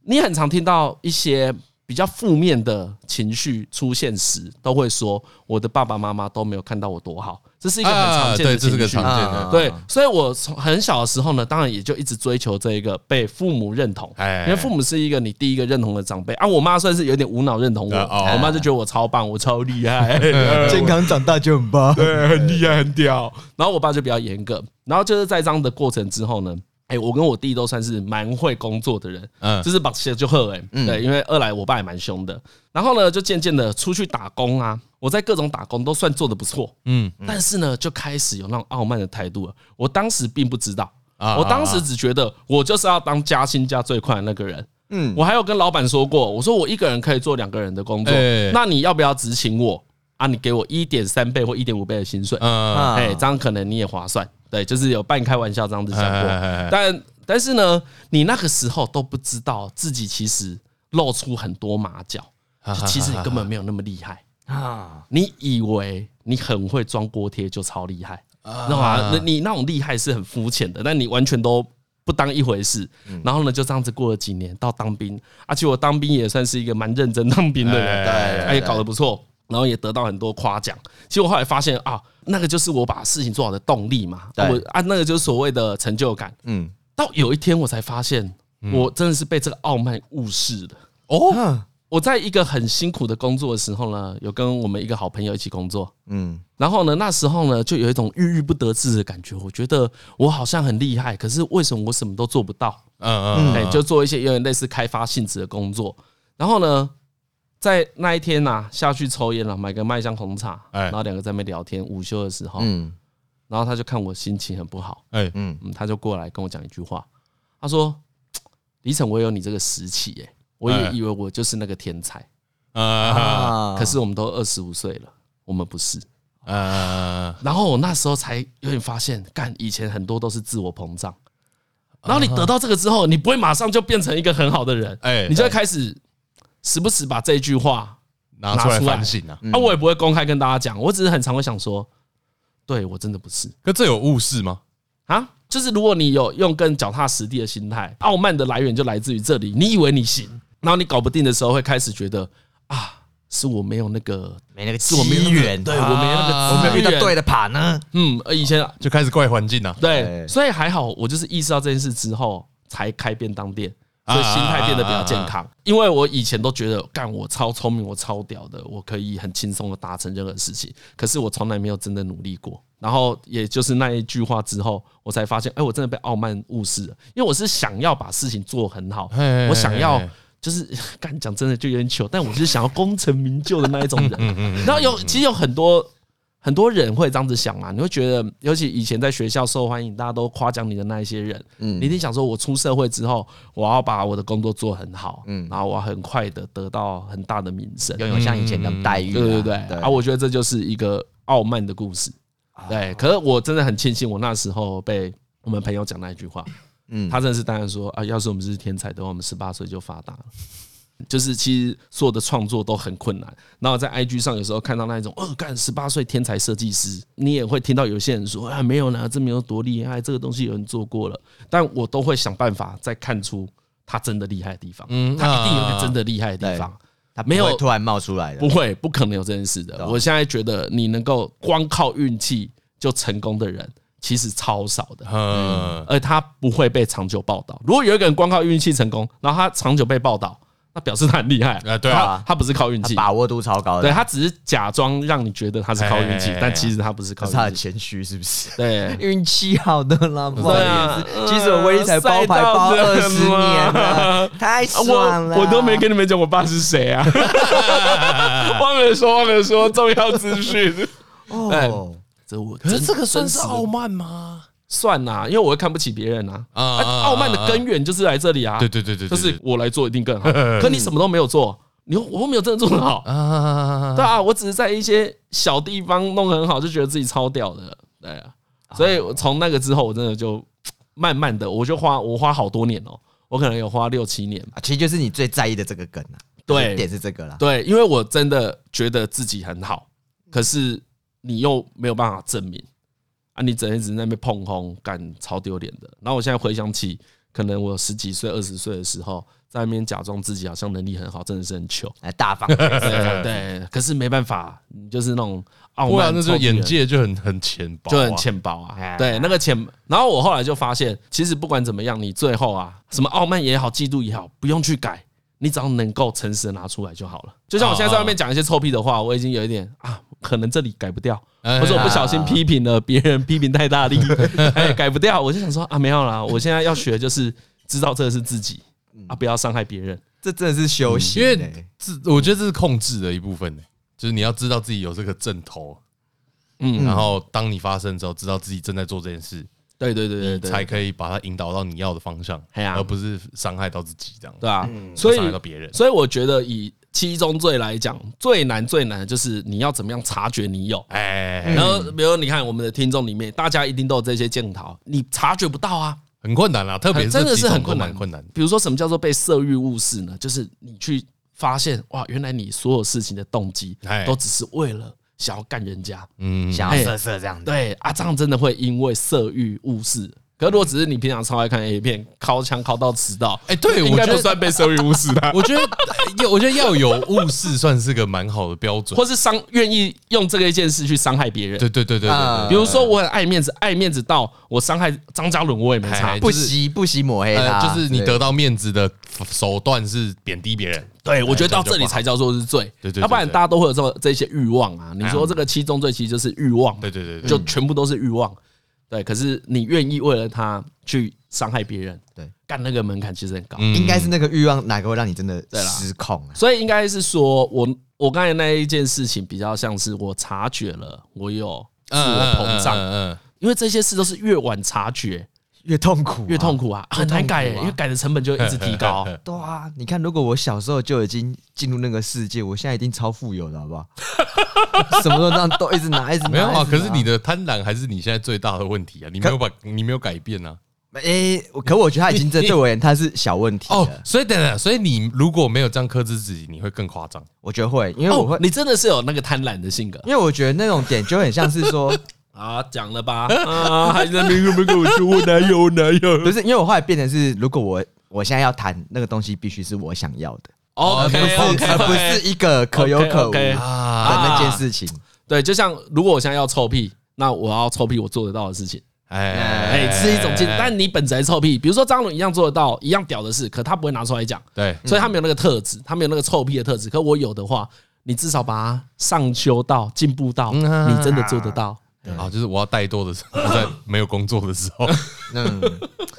你很常听到一些比较负面的情绪出现时，都会说我的爸爸妈妈都没有看到我多好，这是一嗯，个很常啊，见的对，这是个情绪。常见的，啊对，所以我从很小的时候呢，当然也就一直追求这一个被父母认同，哎因为父母是一个你第一个认同的长辈啊。我妈算是有点无脑认同我，哦啊我妈就觉得我超棒，我超厉害，健康长大就很棒。对，很厉害，很屌。然后我爸就比较严格，然后就是在这样的过程之后呢，哎、我跟我弟都算是蛮会工作的人，嗯就是把鞋就喝哎，对，因为二来我爸也蛮凶的，然后呢，就渐渐的出去打工啊，我在各种打工都算做的不错，嗯但是呢，就开始有那种傲慢的态度了。我当时并不知道，啊我当时只觉得我就是要当加薪加最快的那个人。嗯我还有跟老板说过，我说我一个人可以做两个人的工作哎，那你要不要执行我啊？你给我一点三倍或一点五倍的薪水，嗯，啊哎，这样可能你也划算。对，就是有半开玩笑这样子讲哎哎过，哎哎但但是呢，你那个时候都不知道自己其实露出很多马脚，就其实你根本没有那么厉害。啊，你以为你很会装锅贴就超厉害，知道吗？那你那种厉害是很肤浅的，但你完全都不当一回事。然后呢，就这样子过了几年，到当兵，而且我当兵也算是一个蛮认真当兵的人，哎对哎，也搞得不错，然后也得到很多夸奖。其实我后来发现啊，那个就是我把事情做好的动力嘛，对我啊，那个就是所谓的成就感。嗯，到有一天我才发现，我真的是被这个傲慢误视的。哦，啊我在一个很辛苦的工作的时候呢，有跟我们一个好朋友一起工作，嗯然后呢，那时候呢，就有一种郁郁不得志的感觉。我觉得我好像很厉害，可是为什么我什么都做不到？嗯嗯，哎，就做一些有点类似开发性质的工作。然后呢，在那一天呐、下去抽烟了，买个麦香红茶，哎然后两个在那边聊天。午休的时候，嗯然后他就看我心情很不好，哎，嗯，嗯，他就过来跟我讲一句话，他说：“李晨，我也有你这个时期、耶，我也哎以为我就是那个天才，啊啊可是我们都二十五岁了，我们不是。”啊，然后我那时候才有点发现，干以前很多都是自我膨胀。然嗯后你得到这个之后，你不会马上就变成一个很好的人，哎你就会开始时不时把这一句话拿出来反省啊！嗯啊，我也不会公开跟大家讲，我只是很常会想说，对我真的不是可这有误事吗？啊。就是如果你有用更脚踏实地的心态，傲慢的来源就来自于这里。你以为你行，然后你搞不定的时候，会开始觉得啊，是我没有那个，没那个是我没有那机个缘，对我没有那个啊我没有遇资到源对的partner 嗯，呃以前就开始怪环境啊！对，对所以还好，我就是意识到这件事之后才开便当店，啊所以心态变得比较健康。因为我以前都觉得，干我超聪明，我超屌的，我可以很轻松的达成任何事情，可是我从来没有真的努力过。然后也就是那一句话之后，我才发现，哎，我真的被傲慢误视了，因为我是想要把事情做很好嘿嘿嘿，我想要嘿嘿。就是 干讲真的就有点糗，但我就是想要功成名就的那一种 嗯人。然后有其实有很多很多人会这样子想嘛，你会觉得，尤其以前在学校受欢迎，大家都夸奖你的那一些人，嗯你一定想说，我出社会之后，我要把我的工作做很好，嗯，然后我要很快的得到很大的名声，拥有像以前那种待遇啊，对对对，对啊，我觉得这就是一个傲慢的故事，对。可是我真的很庆幸，我那时候被我们朋友讲那一句话，嗯，他真的是当然说啊，要是我们是天才的话，我们十八岁就发达了。就是其实所有的创作都很困难，然后在 IG 上有时候看到那一种，哦，干十八岁天才设计师，你也会听到有些人说啊，没有呢，这没有多厉害，这个东西有人做过了，但我都会想办法再看出他真的厉害的地方，嗯他一定有一啊个真的厉害的地对方，他没没有有突然冒出来的不，会，不可能有这件事的。啊我现在觉得你能够光靠运气就成功的人，其实超少的，嗯，而他不会被长久报道。如果有一个人光靠运气成功，然后他长久被报道，那表示他很厉害啊对啊他他不是靠运他气，把握度超高对的，他只是假装让你觉得他是靠运哎哎气哎哎，但其实他不是靠可是他运很气。谦虚，是不是？对， 运气好的啦，不好对啊意思，其实我威力才包牌包赛道二的十年了，太啊爽了，我我都没跟你们讲我爸是谁啊， 忘了说忘了说重要资讯。哎哦，这我可是这个算真实是的傲慢吗？算啦、因为我会看不起别人啊。啊啊，傲慢的根源就是来这里啊。对对对对，嗯就是我来做一定更 好。可你什么都没有做，你又我又没有真的做得好，啊对，啊，我只是在一些小地方弄得很好，就觉得自己超屌的，对啊。所以我从那个之后，我真的就慢慢的，我就花我花好多年哦、我可能有花六七年吧。啊其实就是你最在意的这个梗啊，对点是这个啦，对，因为我真的觉得自己很好，可是你又没有办法证明啊，你整天只是在那边碰轰，干超丢脸的。然后我现在回想起，可能我十几岁、二十岁的时候，在那边假装自己好像能力很好，真的是很 糗。来哎大 方，对对对，可是没办法，你就是那种傲不慢，然那就眼界就很很浅薄啊，就很浅薄啊。哎对，那个浅。然后我后来就发现，其实不管怎么样，你最后啊，什么傲慢也好，嫉妒也好，不用去改，你只要能够诚实的拿出来就好了。就像我现在在外面讲一些臭屁的话，我已经有一点啊，可能这里改不掉，哎或者我不小心批评了别人，批评太大力， 哎，改不掉。我就想说啊，没有啦，我现在要学就是知道这是自己啊，不要伤害别人。这真的是修行嗯因欸、为自我觉得这是控制的一部分、欸，就是你要知道自己有这个阵头，嗯，然后当你发生之后，知道自己正在做这件事，对对对对嗯你对，才可以把它引导到你要的方向，哎呀而不是伤害到自己这样，对啊，所以伤害到别人。所以我觉得以七宗罪来讲，最难最难的就是你要怎么样察觉你有。哎，然后，比如你看我们的听众里面，大家一定都有这些检讨，你察觉不到啊，很困难啦，特别是真的几是种很都困蛮难困难。比如说什么叫做被色欲误事呢？就是你去发现哇，原来你所有事情的动机哎都只是为了想要干人家。嗯，想哎要色色这样子。对啊，这样真的会因为色欲误事。可是如果只是你平常超爱看 A 片，敲枪敲到迟到，哎对应该我觉不得算被色欲误事吧？ 我觉得 要我觉得要有物事算是个蛮好的标准。或是伤愿意用这个一件事去伤害别人。对对对对对啊比如说我很爱面子，爱面子到我伤害张嘉伦我也没差哎就。不是惜不惜抹黑对，他，呃，就是你对得到面子的手段是贬低别人。对，我觉得到这哎这样里就不好才叫做是罪，对对对要不然对哎大家都会有这么这些欲望啊。你说这个七宗罪其实就是欲望嘛，对嗯对对对，就全部都是欲望。对，可是你愿意为了他去伤害别人，对，干那个门槛其实很高。嗯应该是那个欲望哪个会让你真的对啦失控啊？所以应该是说我我刚才那一件事情比较像是我察觉了我有自我膨胀，嗯嗯因为这些事都是越晚察觉越痛苦、越痛。苦啊，很难改耶、啊因为改的成本就一直提 高。对啊，你看，如果我小时候就已经进入那个世界，我现在已经超富有了，好不好？什么都让都一直拿，一直拿。没有啊，一直可拿是你的贪婪还是你现在最大的问题啊！你没有把你没有改变啊！诶、我哎可我觉得他已经这对我而言他是小问题啊了。哦，所以等等，所以你如果没有这样克制自己，你会更夸张。我觉得会，因为我会，哦，你真的是有那个贪婪的性格因为我觉得那种点就很像是 说， 啊，讲了吧？ 啊，还在那边跟我说我男友我男友 不是，因为我后来变成是，如果我我现在要谈那个东西，必须是我想要的，哦，OK 而 OK，而不是一个可有可无的 OK，OK 啊那件事情。对，就像如果我现在要臭屁，那我要臭屁我做得到的事情，哎、哎，是一种进步。但你本质还臭屁，比如说张伦一样做得到，一样屌的事，可他不会拿出来讲，对，所以他没有那个特质，他没有那个臭屁的特质。可我有的话，你至少把它上修到、进步到，嗯啊你真的做得到。啊，就是我要怠惰的时候，我 在没有工作的时 候，哦嗯，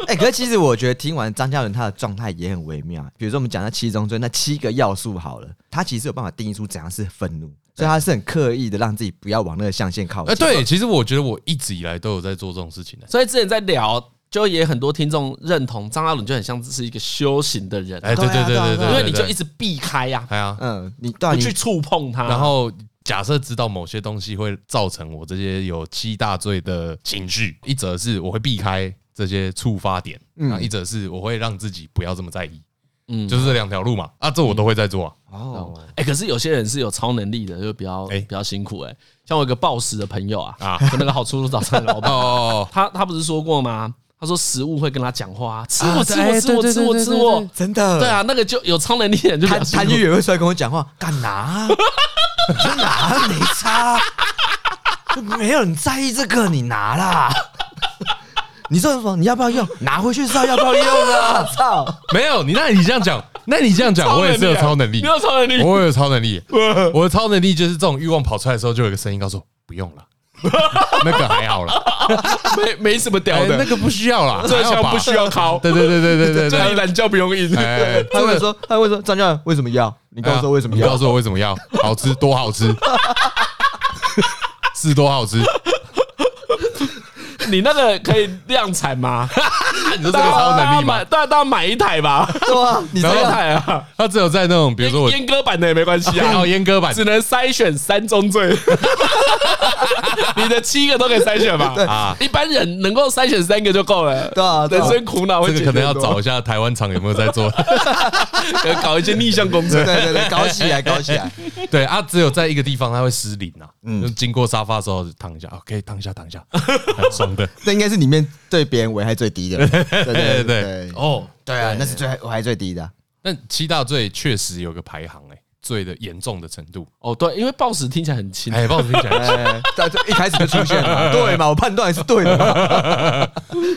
哎、可是其实我觉得听完张嘉伦他的状态也很微妙。啊比如说我们讲到七宗罪那七个要素好了，他其实有办法定义出怎样是愤怒，所以他是很刻意的让自己不要往那个象限靠哎，近。啊对，其实我觉得我一直以来都有在做这种事情的。所以之前在聊，就也很多听众认同张阿伦就很像是一个修行的人，哎，对对对对对，啊因为你就一直直避开呀、哎呀，嗯，你对、啊、不你去触碰它，然后假设知道某些东西会造成我这些有七大罪的情绪，一则是我会避开这些触发点，啊，一则是我会让自己不要这么在意，嗯嗯，就是这两条路嘛，啊，这我都会在做啊，哦，哎、可是有些人是有超能力的，就比较、哎比较辛苦哎、像我有个暴食的朋友啊，啊就那个好出入早餐的老哦板，哦，他他不是说过吗？他说食物会跟他讲话啊，吃我啊吃对我吃我对对吃我对吃对我对，真的，对，啊，那个就有超能力的人就比谭较辛谭苦玉也会出来跟我讲话，干嘛？ 你就拿，没差，就没有人在意这个，你拿啦。 你说什么？你要不要用？拿回去知道要不要用啊！ 操！ 没有你，那你这样讲，那你这样讲，我也是有超能啊力啊你，有超能力， 我有超能 力，我的超能力就是这种欲望跑出来的时候，就有一个声音告诉我不用 了，那个还好啦，没没什么屌哎的，那个不需要啦，这还好枪吧不需要敲，对对对对 对对这对你。懒觉不用硬。哎，哎他会说，他会说，张教练为什么要？啊你告诉我为什么你要告？诉我为什么要？好吃多好吃，是多好吃？你那个可以量产吗？你说这个超能力吗？大家大家买一台 吧，对啊，你这一样台啊，他只有在那种比如说我阉割版的也没关系啊 然后。阉割版只能筛选三宗 罪，你的七个都可以筛选吧？啊，一般人能够筛选三个就够了。对啊对人啊生苦恼会这个解可决能要多找一下台湾厂有没有在 做。可能搞一些逆向 工对程。对对，搞起 来，搞起来。对啊，只有在一个地方它会失灵啊，嗯就经过沙发的时候就躺一下，啊，可以躺一下，躺一 下，爽的。那应该是里面对别人危害最低的。对对对对对，哦，对啊，那是最危害最低的。啊但七大罪确实有个排行哎，罪的严重的程度。哦，对，因为暴食听起来很轻，哎，帮我听起来，哎，在这一开始就出现 了，对嘛？我判断是对的嘛。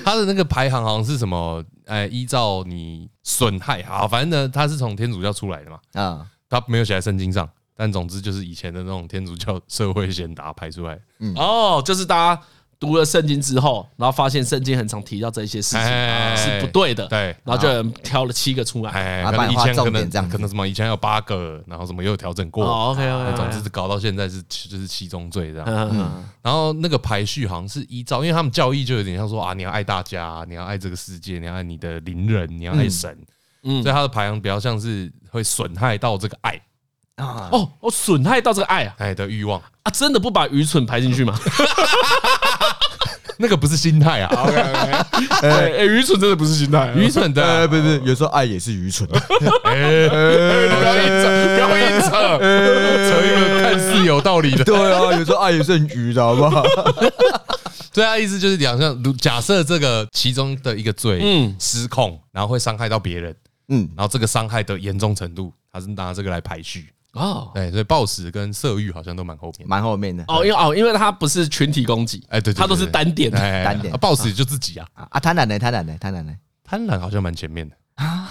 他的那个排行好像是什么？哎，依照你损害啊，好反正呢，他是从天主教出来的嘛，啊，他没有写在圣经上，但总之就是以前的那种天主教社会贤达排出来，哦，就是大家读了圣经之后，然后发现圣经很常提到这些事情啊哎是不对的，对然后就有人挑了七个出来。哎，把可能版以画前可重点能这样子可能什么以前有八个，然后什么又调整过，哦，OK 那 OK，总之搞到现在是就是七宗罪这样。嗯，然后那个排序好像是依照，因为他们教义就有点像说啊，你要爱大家，你要爱这个世界，你要爱你的邻人，你要爱神，嗯所以他的排行比较像是会损害到这个爱啊，哦，我损害到这个爱啊爱的欲望，啊！真的不把愚蠢排进去 吗？那个不是心 态啊， 哎、哎愚蠢真的不是心态、愚蠢的啊 呃，不是不是，有时候爱也是愚 蠢的。哎，不要硬扯，不要硬扯，扯一个看似有 道理的。对啊，有时候爱也是很愚的，好不好？对啊，意思就是讲，像如假设这个其中的一个罪，嗯嗯，失控，然后会伤害到别人，嗯，然后这个伤害的严重程度，他是拿这个来排序。哦对，所以暴食跟色欲好像都蛮后面。蛮后面的哦，因为哦，因为他不是群体攻击，哎，对，对哎他都是嗯单点的。单点暴食就自己啊，啊，啊贪婪呢，贪婪呢，贪婪呢，贪婪好像蛮前面的，他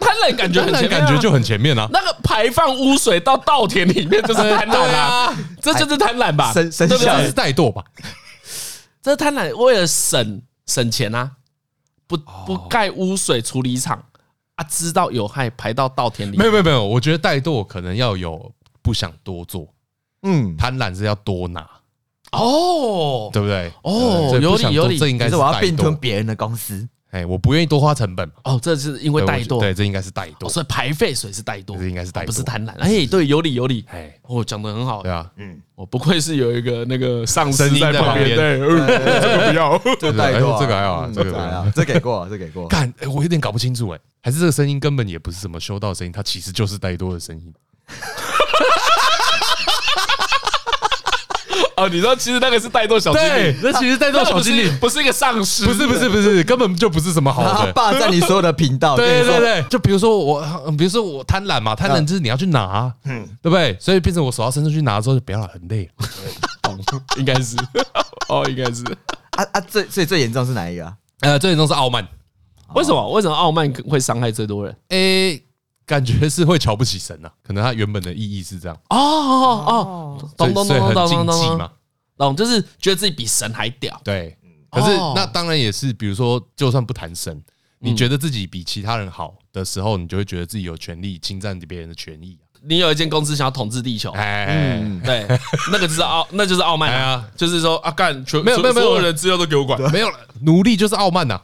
贪婪感觉贪很婪前面啊感觉就很前面啊。那个排放污水到稻田里面就是贪婪啊，这就是贪婪哎吧？生生对不效这是对？怠惰吧？这贪婪为了省省钱啊，不哦不盖污水处理厂啊，知道有害排到稻田里没面。有没有没有，我觉得怠惰可能要有不想多做，嗯，贪婪是要多拿，哦，对不对？哦对所以不有理想多有理这应该可是是我怠要并惰吞别人的公司，哎，我不愿意多花成本嘛，哦，这是因为对我怠觉惰，对，这应该是怠哦惰，所以排废水是怠惰，这应该是怠惰哦不是贪婪。哎，对，有理有理。哎，哦，讲的很好对，啊，我哦不愧是有一个那个上司声音在旁边对，哎啊嗯呃 这个不要。这个带过啊，这个还好啊嗯这个还好，这 给过，这给过。干，哎我有点搞不清楚哎、还是这个声音根本也不是什么修道的声音，它其实就是怠惰的声音。哦，你知道，其实那个是怠惰小精灵，，那其实怠那个不是，不是一个上司，不是不是不是，根本就不是什么好他的。霸占你所有的 频道，啊跟对你说对对，就比如说我，呃比如说我贪婪嘛，贪婪就是你要去拿，嗯，对不对？所以变成我手到伸出去拿之后，就不要了，很累。 应该是，哦，应该是。啊啊，最最最严重是哪一个啊？呃，最严重是傲慢，为什么？为什么傲慢会伤害最多人？诶，感觉是会瞧不起神啊， 可能他原本的意义是这样，哦哦哦，所懂以懂所以懂很懂禁懂忌懂嘛懂，，懂就是觉得自己比神还屌。对，可是哦嗯那当然也是，比如说，就算不谈神，你觉得自己比其他人好的时候，你就会觉得自己有权利侵占别人的权益啊。你有一间公司想要统治地球，哎，对，那个就是傲，那就是傲慢哎啊呀，就是说啊，干全没有所没有没有所有人资料都给我管。没有了，奴隶就是傲慢呐、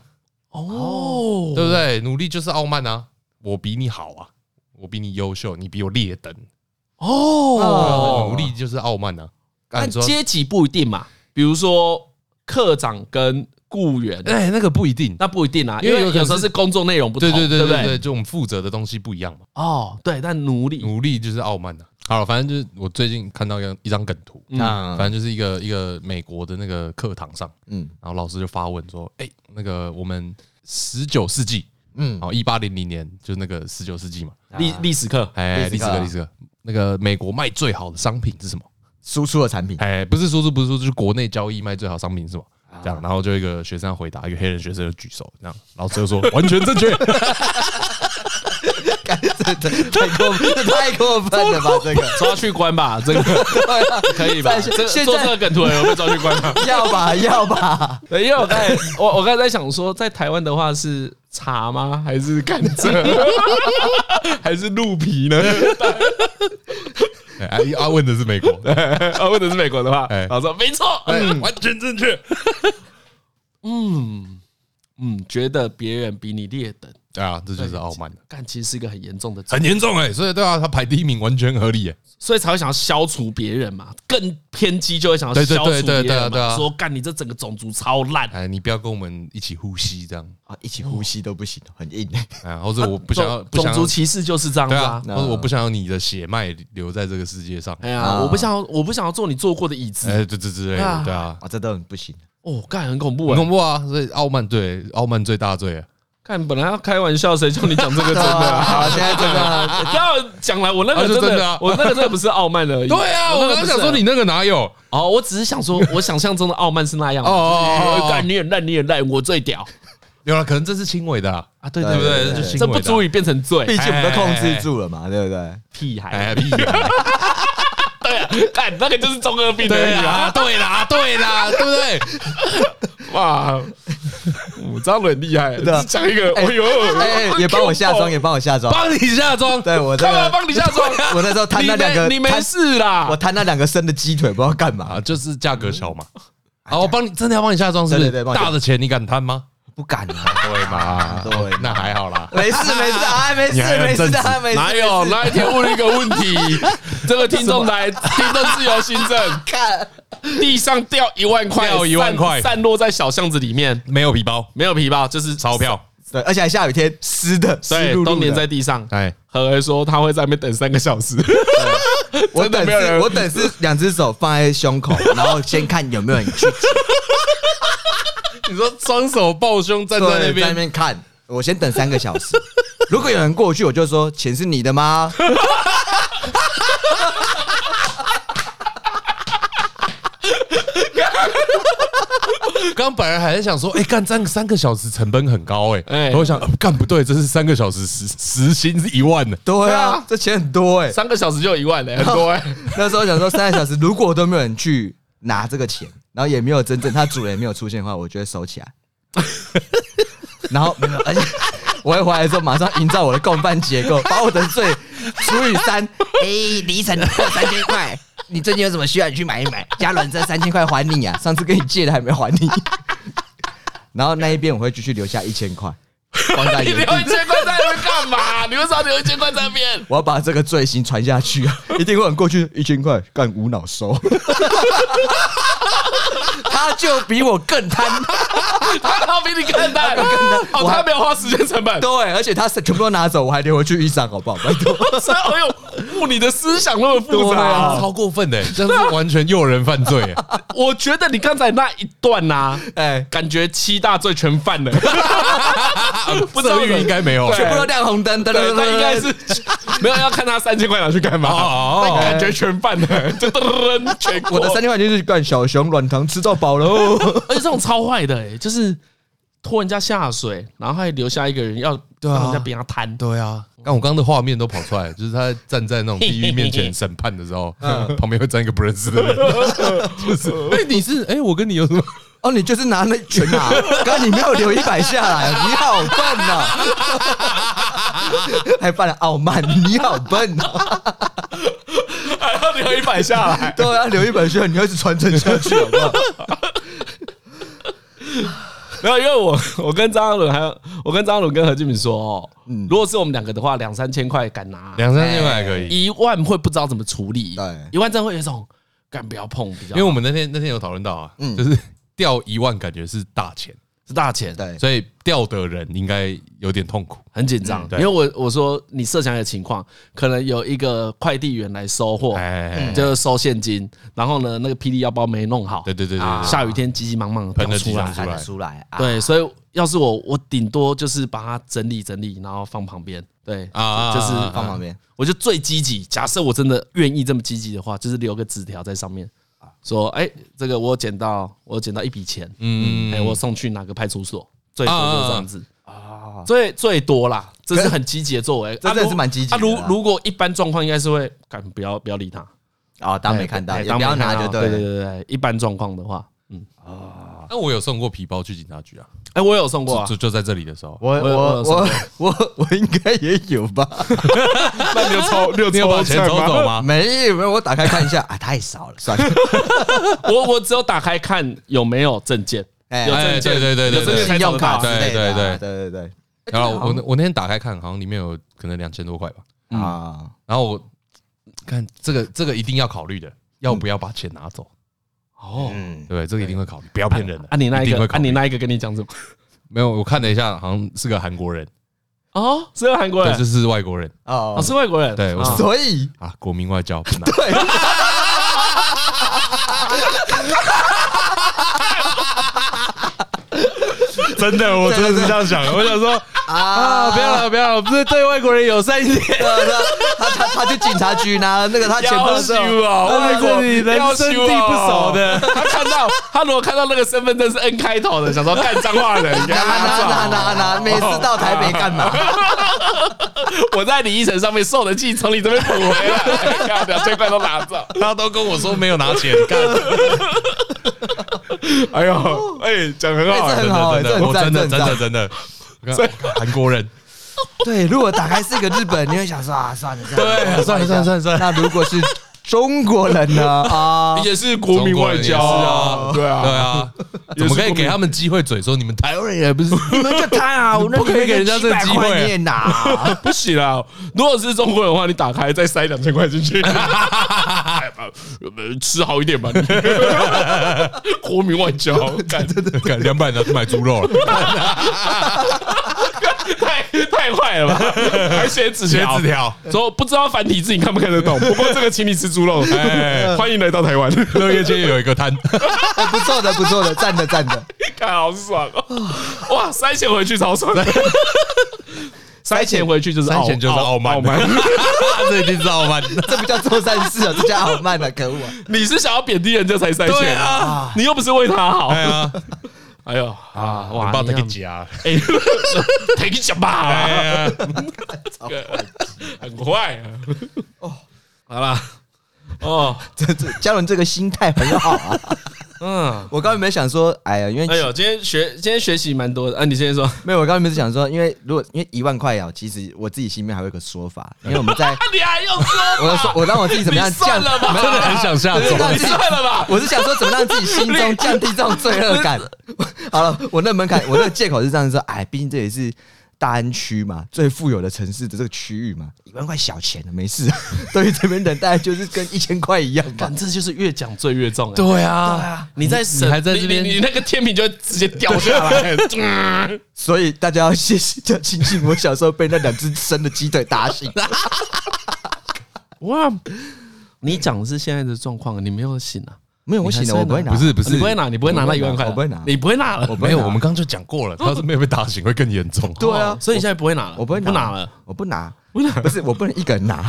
哦，对不对？奴隶就是傲慢啊，我比你好啊，我比你优秀，你比我劣等，哦，奴隶就是傲慢啊。啊但你说，阶级不一定嘛，比如说科长跟雇员，哎，那个不一定，那不一定啊，因因为为有有可能时候是是工作内容不同，对对对对不对对，就我们负责的东西不一样嘛。哦，对，但奴隶奴隶就是傲慢呐、啊。好了，反正就是我最近看到一张一张梗图，嗯啊反正就是一个一个美国的那个课堂上，嗯然后老师就发问说：“哎、那个我们十九世纪，嗯，哦，一八零零年就是那个十九世纪嘛，历历史课哎，历历史史课啊课历史课，那个美国卖最好的商品是什么？输出的产 品，哎，不是输出，不是输出，就是国内交易卖最好商品是什么？啊这样，然后就一个学生要回答，一个黑人学生就举手，这样，老师就说完全正确，干这这太过这太过分了吧？这个 抓去关 吧，这个可以吧？但是这个现做在这个梗图的人会被抓去 关吧？要 吧要吧，对，因为我刚才我我刚才在想说，在台湾的话是茶吗？还是甘 蔗？还是鹿皮呢？哎啊啊，问的是美国，啊，或者是美国的话，哎然后说没错， 哎嗯完全正确，嗯嗯，觉得别人比你劣等，对啊，这就是傲慢，但其实是一个很严重的罪，很严重哎，所以对啊，他排第一名完全合理哎，所以才会想要消除别人嘛，更偏激就会想要对对消除对对别对人啊对嘛，啊说干你这整个种族超烂，哎，你不要跟我们一起呼吸这样，啊，一起呼吸都不行，很硬。 啊，或者我不想要，不种种想族要。歧视就是这样子对啊啊，。或者我不想要你的血脉留在这个世界上，哎哎，啊呀，我不想要，我不想要坐你坐过的椅子。这这之类啊的，对啊，啊，这都很不行。哦，干很恐怖很哎、恐怖啊！所以傲慢对傲慢最大罪啊，干本来要开玩笑，谁叫你 讲这个真的、啊？ 啊，现在真的不要讲来，我那个啊就真的，真的啊我那个真的不是傲慢而已。对那啊，我个刚不是想说你那个哪有？哦，我只是想 说，我想象中的傲慢是那样。哦哦，哦哦，干你也烂，你也烂，我最 屌有了，可能这是轻微的啊，啊！对对对对对，对就对这不足以变成毕罪，哎哎竟我们都控制住了嘛，对不对？屁孩哎，屁啊！看那个就是中二病啊的对呀啦，，对啦，对啦，对不对？哇，我张伦厉害，对啊只讲一个，哎呦，哎、也帮我下妆，也帮我下妆。帮你下妆，对我这干嘛个，帮你下妆？我那时候摊你那两个，没你没摊事啦我，摊那两个生的鸡腿，不知道干嘛啊，，就是价格小 嘛。啊，我帮你，真的要帮你下妆是不是？对对对帮你下大的钱你敢贪吗？不敢啊。对嘛，对那还好啦。 没事没 事，哎，没你事还很没正事的，直啊没事。哪有？没事那一天问了一个问题， 这个听众来，听众自由新政，看，地上掉一万块，掉一万块散散落在小巷子里面，没有皮包，没有皮包，就是钞，票，对，而且还下雨天，湿的，湿对，漉都漉粘在的。地上。哎，何为说他会在那边等三个 小时，我真的等没有人是，我等是两只手放在胸口，然后先看有没有人去你说双手抱胸站对在那，边看。我先等三个小时，如果有人过去，我就说钱是你的吗？啊刚本来还在想说，哎，干站三个小时成本很高，哎，哎然后我想呃干不对，这是三个小时时时薪是一万呢，对啊，这钱很多哎、三个小时就有一万嘞，很多 哎。那时候想说三个小时，如果都没有人去拿这个钱，然后也没有真正他主人也没有出现的话，我就会收起来。 然后没有，而且我会回来之后马上营造我的共犯结构，把我的罪除以三。 哎、李晨破三千块，你最近有什么需要你去买一买？嘉伦这三千块还你啊，上次跟你借的还没还你。 然后那一边我会继续留下一千块，放 在 你原留地一。千块在那边干嘛？你为啥留一千块在那边？我要把这个罪行传下去啊！一定会很过去一千块干无脑收，他就比我更贪， 他他比你更淡，哦，我还他没有花时间成本。 对，而且他是全部都拿走，我还留回去一张，好不好？拜托，所以， 哎呦，你的思想那么复对杂啊。超过分的，哎这样是完全诱人犯罪。哎 我觉得你刚才那一段呐，哎，感觉七大罪全犯了，不知道色欲应该没有，对全部都亮红灯，噔对，噔那噔，应该是没有要看他三千块拿去干嘛哦，那感觉全犯了， 就噔噔噔全我的三千块就是干小熊软糖吃到饱喽。而且这种超坏的、欸，就是拖人家下水，然后还留下一个人要对啊让人家别让他贪。 对啊，刚我刚刚的画面都跑出来，就是他站在那种地狱面前审判的时候，旁边会站一个不认识 的人，就是哎、你是哎、我跟你有什么？哦，你就是拿那全拿，刚刚你没有留一百下来，你好笨呐、还犯了傲慢，你好笨啊呐、还要留一百下来，对啊，留一本书，你要一直传承下去，好 不好？没有，因为我我跟张翰伦还有我跟张翰伦跟何俊敏说、哦，如果是我们两个的话，两三千块敢拿，嗯两三千块还可以，一万会不知道怎么处理，对一万真的会有一种敢不要碰比较因为，我们那天那天有讨论到啊，就是掉一万感觉是大钱，是大钱，对所以掉的人应该有点痛苦。很紧张嗯。因对为我我说你设想一个情况，可能有一个快递员来收货，哎，就是收现金，然后呢，那个霹雳腰包没弄好，对对对对啊对下雨天急急忙忙地喷掉了出几来张，看得出来啊。对，所以要是我，我顶多就是把它整理整理，然后放旁边，对，啊就是放旁边。我就最积极。假设我真的愿意这么积极的话，就是留个纸条在上面，啊说，哎，这个我有捡到，我有捡到一笔钱，嗯哎，我送去哪个派出所，最多就是这样子。啊，最最多啦，这是很积极的作为，这啊真的是如蛮积极的啊如啦如果一般状况，应该是会，敢不要不要理他，哦，当没看到，哎也当不要没看拿到就对对对了。对对，一般状况的话，嗯，那我有送过皮包去警察局啊，哎，我有送过啊就，就在这里的时候，我我有我我有我 我我应该也有吧？那你有抽， 你有你 有把钱签抽吗走吗？ 没有没有，我打开看一下啊，太少了，算了。我我只有打开看有没有证件，哎有 证件，哎对对对对有证件才信找得用到卡对之类的对啊，对对对对然后我那我那天打开看，好像里面有可能两千多块吧。啊！然后我看这个这个一定要考虑的，要不要把钱拿走？哦。嗯，对，这个一定会考虑，不要骗人的。啊，你那一定个会，啊，考虑你那一个跟你讲什么？ 没有？我看了一下，好像是个韩国人，哦，是韩国对，人就，是外国人哦，哦，是外国人，对我啊是所以啊，国民外交不 拿。 真的，我真的是这样想的。我想说，啊啊！不要了，不要了，不是对外国人友 善一点。他他他去警察局拿那个他钱包的时候，啊！外国你人要生羞地啊不熟的， 他看到他如果看到那个身份证是 N 开头的，想 说干脏话人，给拿他拿拿拿走。拿拿，每次到台北干嘛？ 哦我在李医生上面受的气，从你这边补回来，干两千块都拿 走。他都跟我说没有拿钱， 干。哎呦，哎，讲很好哎欸，这很好欸啊真的，这很我赞真的，这真很的，真的， 我看韩国人，对，如果打开是一个日本，你会想说啊，算了算了，对，算了，算了，算了，算了。那如果是中国人呢？啊，也是国民外交啊，对 对啊，啊，怎么可以给他们机会嘴说你们台湾人也不 是？你们就贪啊，我那不可以给人家这个机会你也拿。啊不行啦！如果是中国人的话，你打开再塞两千块进 去，哎吧呃吃好一点吧。你 国民外交，干干两百拿去买猪肉 了， 太太坏了吧？还写纸写条字，条，说不知道繁体字你看不看得懂，不过这个请你吃猪肉，哎欢迎来到台湾， 乐业街有一个 摊， 哎不错的，不错的，赞的，赞的。看好爽哦！哇，塞钱回去超爽的，塞钱回去就是塞钱就是傲傲慢傲慢。 这一定是傲慢。这不叫做善事啊，这叫傲慢啊，可恶啊！你是想要贬低人家才塞对钱，啊，你又不是为他好。对 啊，哎呦哎啊，哇，把你他给看夹。哎， 太讲吧，哎呀，很快啊。哦，好啦，哦，这这嘉伦这个心态很好 啊。嗯，我刚原本想说，哎呀，因哎为呦，今天学今天学习蛮多的啊。你先说，没有，我刚原本是想说，因为如果因为一万块啊，其实我自己心里面还有一个说法，因为我们在 你还用说？我说我让我自 己怎么样你降算了吧没有真的很想下对手对。对你算了吧。我是想说，怎么让自己心中降低这种罪恶感？ 好了，我那门槛，我那个借口是这样子说：哎，毕竟这也是大安区嘛，最富有的城市的这个区域嘛，一万块小钱啊的没事， 对于这边人大概就是跟一千块一样吧 干，。这就是越讲罪越重、欸。对啊，你在省，你还在这边你你你那个天平就会直接掉下来。嗯所以大家要谢谢，要庆幸我小时候被那两只生的鸡腿打醒。 哇，你讲的是现在的状况，你没有醒啊？没有，我醒了，啊我不会拿。不是不是，你不会拿，你不会拿我不那会一万块啊，拿我不会拿你不会拿了，不会没有，拿我们刚刚就讲过了，他是没有被打醒会更严重。对啊哦所以你现在不会拿了，我不会拿，不拿了。，我不拿，不拿，不是我不能一个人拿，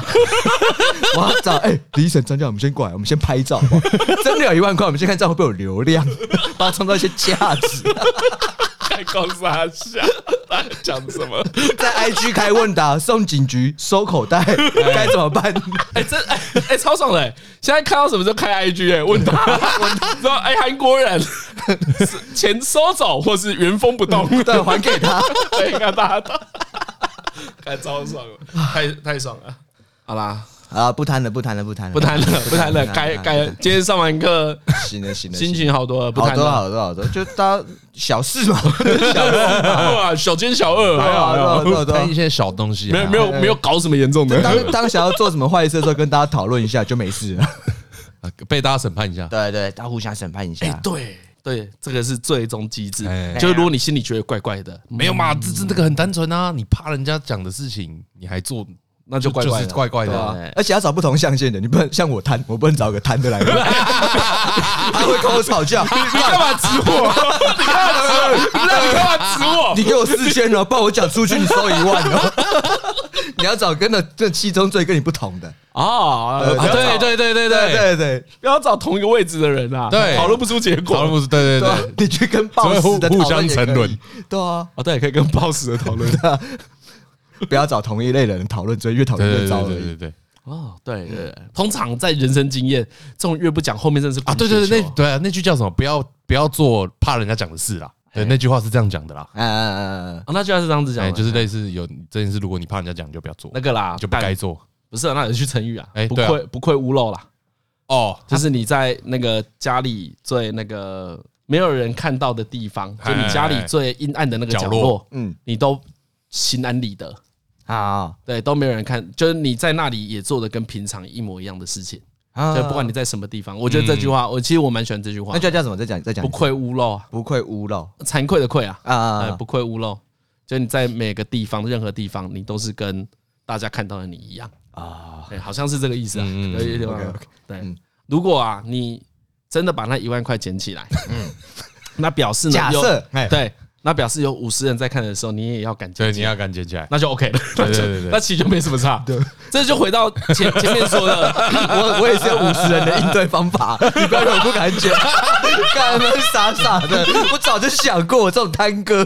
我要找哎、李医生、张教授，我们先过来，我们先拍照好不好，真的有一万块，我们先看这样会不会有流量， 把它创造一些价值， 太高傻笑，他讲什么？在 IG 开问答，送警局收口袋，该怎么办？ 哎、真哎哎、超爽的、欸！现在看到什么就开 IG 哎、问他， 问说哎，韩、国人是钱收走或是原封不动，对，还给他。对，看大家，看超爽了，太太爽了。好啦，啊，不贪了，不贪了，不贪了，不谈了，不谈了，不改谈改了，今天上完课 行了，行了，心情好多了，不好谈多了。好多好多，就当小事 嘛，小事，哇，小奸小恶，好哎呦啊多好多看一些小东西啊，没有没有没有搞什么严重的，当当想要做什么坏事的时候，跟大家讨论一下就没事了。啊被大家审判一下。对对，大家互相审判一哎，对对，这个是最终机制哎，就是如果你心里觉得怪怪的，没有嘛，这这这个很单纯啊，你怕人家讲的事情，你还做，那就怪怪就是怪的。怪对的啊啊。，而且要找不同象限的，你不能像我贪，我不能找个贪的 来，他会跟我吵架。你干嘛指我？你干嘛指我？那你干嘛指我？你给我四千哦，不然我讲出去你收一万哦。 你要找跟那这其中最跟你不同的，哦，对啊不要对对对对对，对对不要找同一个位置的人啊，对讨论不出结讨论果。不是对对对啊对，，你去跟暴食的所以互讨论也可以互相沉沦，对啊，哦，对，可以跟 boss 的讨论。不要找同一类的人讨论，所以越讨论对对越糟对而对已。对对 啊哦，对对对，通常在人生经验，这种越不讲，后面真的是啊，对对对，那对啊，那句叫什么？不要不要做怕人家讲的事啦。对，那句话哎是这样讲的啦。嗯嗯嗯嗯啊，那就要是这样子讲哎，的，就是类似有这件事，如果你怕人家讲，你就不要做那，个啦，你就不该干做。不是啊，那你去成语啊哎，不对啊愧不愧屋漏啦，哦，就是你在那个家里最那个没有人看到的地方，就你家里最阴暗的那个角角落落，嗯，你都心安理得，好对，都没有人看，就是你在那里也做的跟平常一模一样的事情，啊就不管你在什么地方，我觉得这句嗯话，我其实我蛮喜欢这句话那，叫叫什么？再讲再讲不一次，愧屋漏啊，不愧污漏惭愧的愧啊，啊啊！哎，啊不愧屋漏，就你在每个地方，任何地方，你都是跟大家看到的你一样啊，对，好像是这个意思啊，嗯嗯嗯有一点 OK，OK，对。如果啊，你真的把那一万块捡起来，那表示呢，嗯假有设哎对那表示有五十人在看的时候，你也要敢捡对，你起要敢捡起来。那就 OK 了， 那就对对对那其实就没什么差。对， 这就回到前前面说的， 我我也是有五十人的应对 方法，你不要让我不敢卷， 干嘛傻傻的？我早就想过我这种摊哥，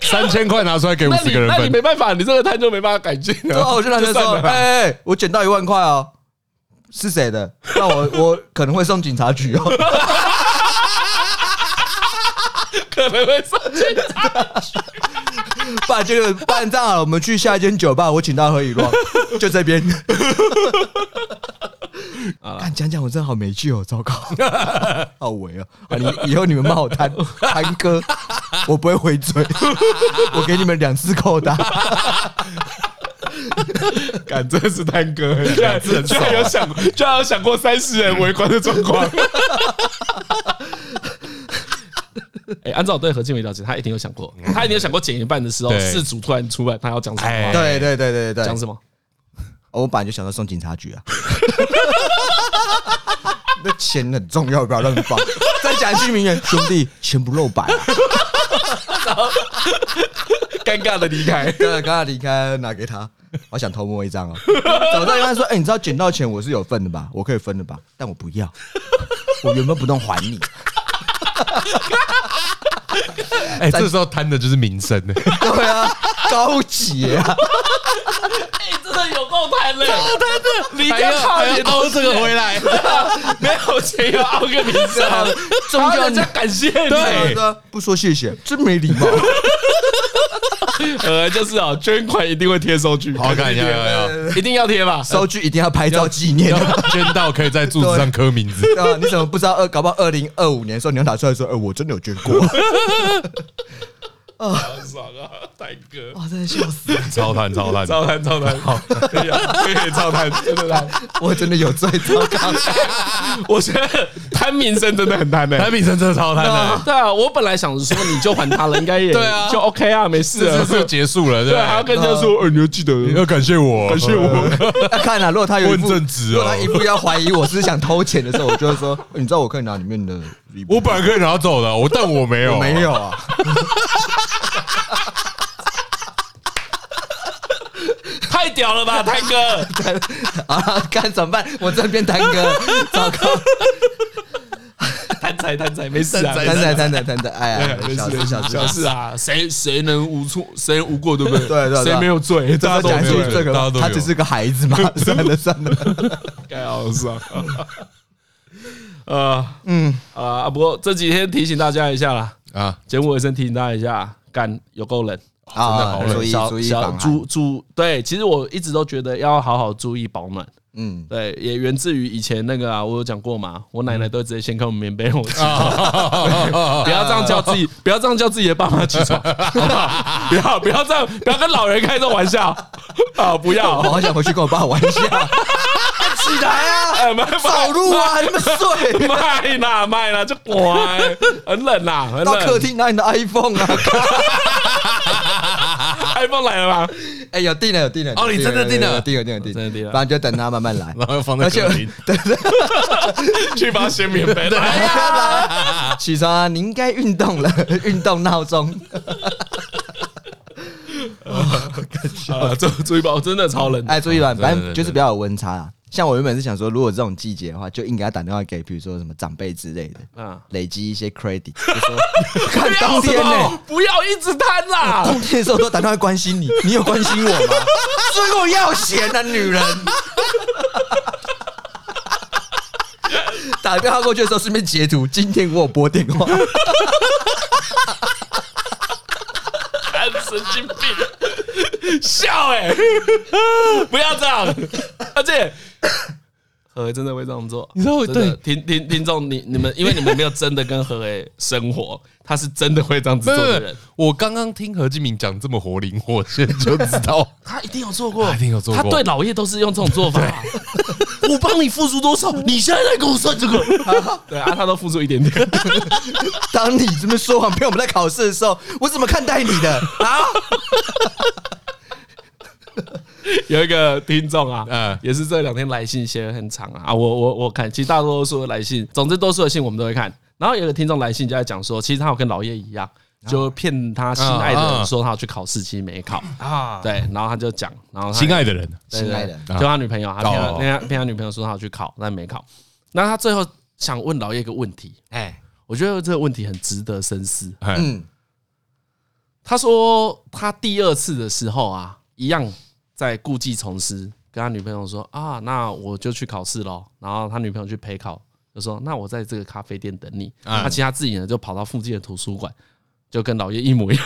三千块拿出来给五那十你个人那你没分，啊办法，你这个摊就没办法改进然了。哦后我就让他就算说了：“哎、哎我捡到一万块哦，是谁的？那我 我可能会送警察局哦。 可能会上 去。 不然就不然这样好了，我们去下一间酒吧，我请他喝一 乱，就这边。”干讲讲，我真的好没趣哦，糟糕， 好伪哦！啊，你以后你们骂 我摊摊哥，我不会回嘴，我给你们两次扣打。敢真的是探哥，居然两次很居少然有啊。想，居然有想过三十人围观的状况。 哎、按照我对何建伟了解，他一定有想过，他一定有想过剪一半的时候，嗯对事主突然出来，他要讲什么哎话？对对对对对，讲什么？我本来就想到送警察局啊。 那钱很重要，不要乱放。再讲一句名言，兄弟，钱不露白、啊。尴尬的离 开。对，刚刚离开拿给他，我想偷摸一张哦。 找到一半说，哎、你知道捡到钱我是有份的吧？我可以分的吧？但我不要，我原本不动还你。 哎，这时候贪的就是名声呢。对啊，高级耶啊！哎、真的有够贪的，够贪的，离家靠还远要凹这个回来， 没有钱要凹个名啊声，终究然后人家感谢你。对对啊，不说谢谢，真没礼貌。呃，就是哦，捐款一定会贴收据，好看，要要要，一定要贴 吧？收据一定要拍照纪念。要捐到可以在柱子上刻名字。 对啊，你怎么不知道？二搞不好二零二五年的时候，你要拿出来说，哎、我真的有捐过。好爽啊，泰哥，哇，真的笑死！超贪超贪，超贪超贪，好，可以啊可以超贪，真的贪。 我真的有罪，糟糕。 我觉得贪名声真的很贪的、欸贪名声真的超欸贪的，对啊，我本来想说你就还他了，应该 也对啊就 OK 啊，没事这啊。次就结束了，对对，不对还要跟人家说，呃，你要记得要感谢我，感谢我。啊看了、如果他有一副问正直哦如果他一副要怀疑我是想偷钱的时候，我就会说，你知道我可以拿里面的礼物我本来可以拿走的，我但我没有，我没。有啊，太屌了吧，泰哥！ 啊，看怎么办？我这边单哥，糟 糕， 贪财 贪财，没事啊，贪单仔单仔单仔，哎呀，没小事事没小事事小事啊，谁谁能无错，谁能无过，对不对？啊对对对谁没有罪？哎大家这都讲一没句有罪，这个 大家吧，都有他只是个孩 子嘛，算了算了，该好 爽。呃，嗯啊，不过这几天提醒大家一下啦， 啊，节目尾声提醒大家一下，干有够冷。啊好，冷注意小注意小防寒，注注对，其实我一直都觉得要好好注意保暖。嗯，对，也源自于以前那个啊，我有讲过嘛，我奶奶都会直接先看我们棉被让我嗯起床，不要这样叫 自己，不要这样叫自己的爸妈起床，好不好？不要不要这样，不要跟老人开这种玩笑啊！不 我要，好想回去跟我爸玩一下， 起来啊，哎，卖走路啊， 你们睡。卖啦卖啦，就乖，很冷啦，很到客冷。厅拿你的 iPhone 啊！ iPhone 来了吗？ 哎，有定了，有定了。哦你真的定了有定了，定了，定了，真的定了不然就等他慢慢 来。然后放在客厅，去吧，掀棉被哎来呀！起床啊！你应该运动了，运动闹钟。啊，注注意吧，真的超冷。哎，注意吧，对反对正就是比较有温差啦。像我原本是想说，如果这种季节的话，就应该打电话给，比如说什么长辈之类的，嗯累积一些 credit，就说看不要冬什天呢、么，不要一直贪啦。冬天的时候都打电话关心你，你有关心我吗？最后要钱啊，女人！ 打电话过去的时候顺便截图，今天我有拨电话，干神经病， 笑哎、不要这样，而且。何真的会这样做？你知道，对听听听众，你你们，因为你们没有真的跟何哎生活，他是真的会这样子不做的是不是人，我刚刚听何敬明讲这么活灵活现，就知道他一定有做过，他一定有做过他对老叶都是用这种做法、 我帮你付出多少，你现在在给我算这个？ 对啊，他都付出一点点，当你这么说谎骗我们在考试的时候，我怎么看待你的啊？ 有一个听众啊，嗯也是这两天来信写得很长啊，啊，我我我看，其实大多数的来信，总之多数的信我们都会看。然后有个听众来信就在讲说，其实他有跟老叶一样，就骗他心爱的啊啊人说他要去考试，其实没考。啊，对，然后他就讲，然后他心爱的人，啊对心爱的对就他女朋友，他骗他哦骗他骗他女朋友说他要去考，但没考。那他最后想问老叶一个问题，哎，我觉得这个问题很值得深思。哎嗯，他说他第二次的时候啊，一样在故技重施，跟他女朋友说啊，那我就去考试喽。然后他女朋友去陪考，就说那我在这个咖啡店等你。嗯他其实他自己呢就跑到附近的图书馆，就跟老叶一模一样，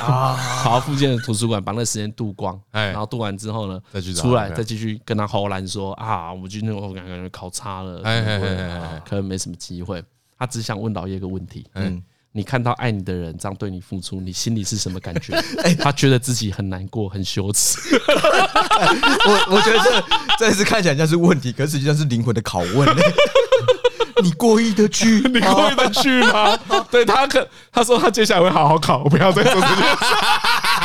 跑到附近的图书馆把那时间度光。哎然后度完之后呢，再去找出来他再继续跟他吼兰说啊，我今天我感觉考差了，哎可能不会哎哎哎哎可能没什么机会。他只想问老叶一个问题，嗯你看到爱你的人这样对你付出，你心里是什么感 觉？哎他觉得自己很难过，很羞耻。我我觉得这这一次看起来像是问题，可实际上是灵魂的拷问。欸你过意得去？ 你过得去吗？ 对他可他说他接下来会好好考，不要再做这件 事。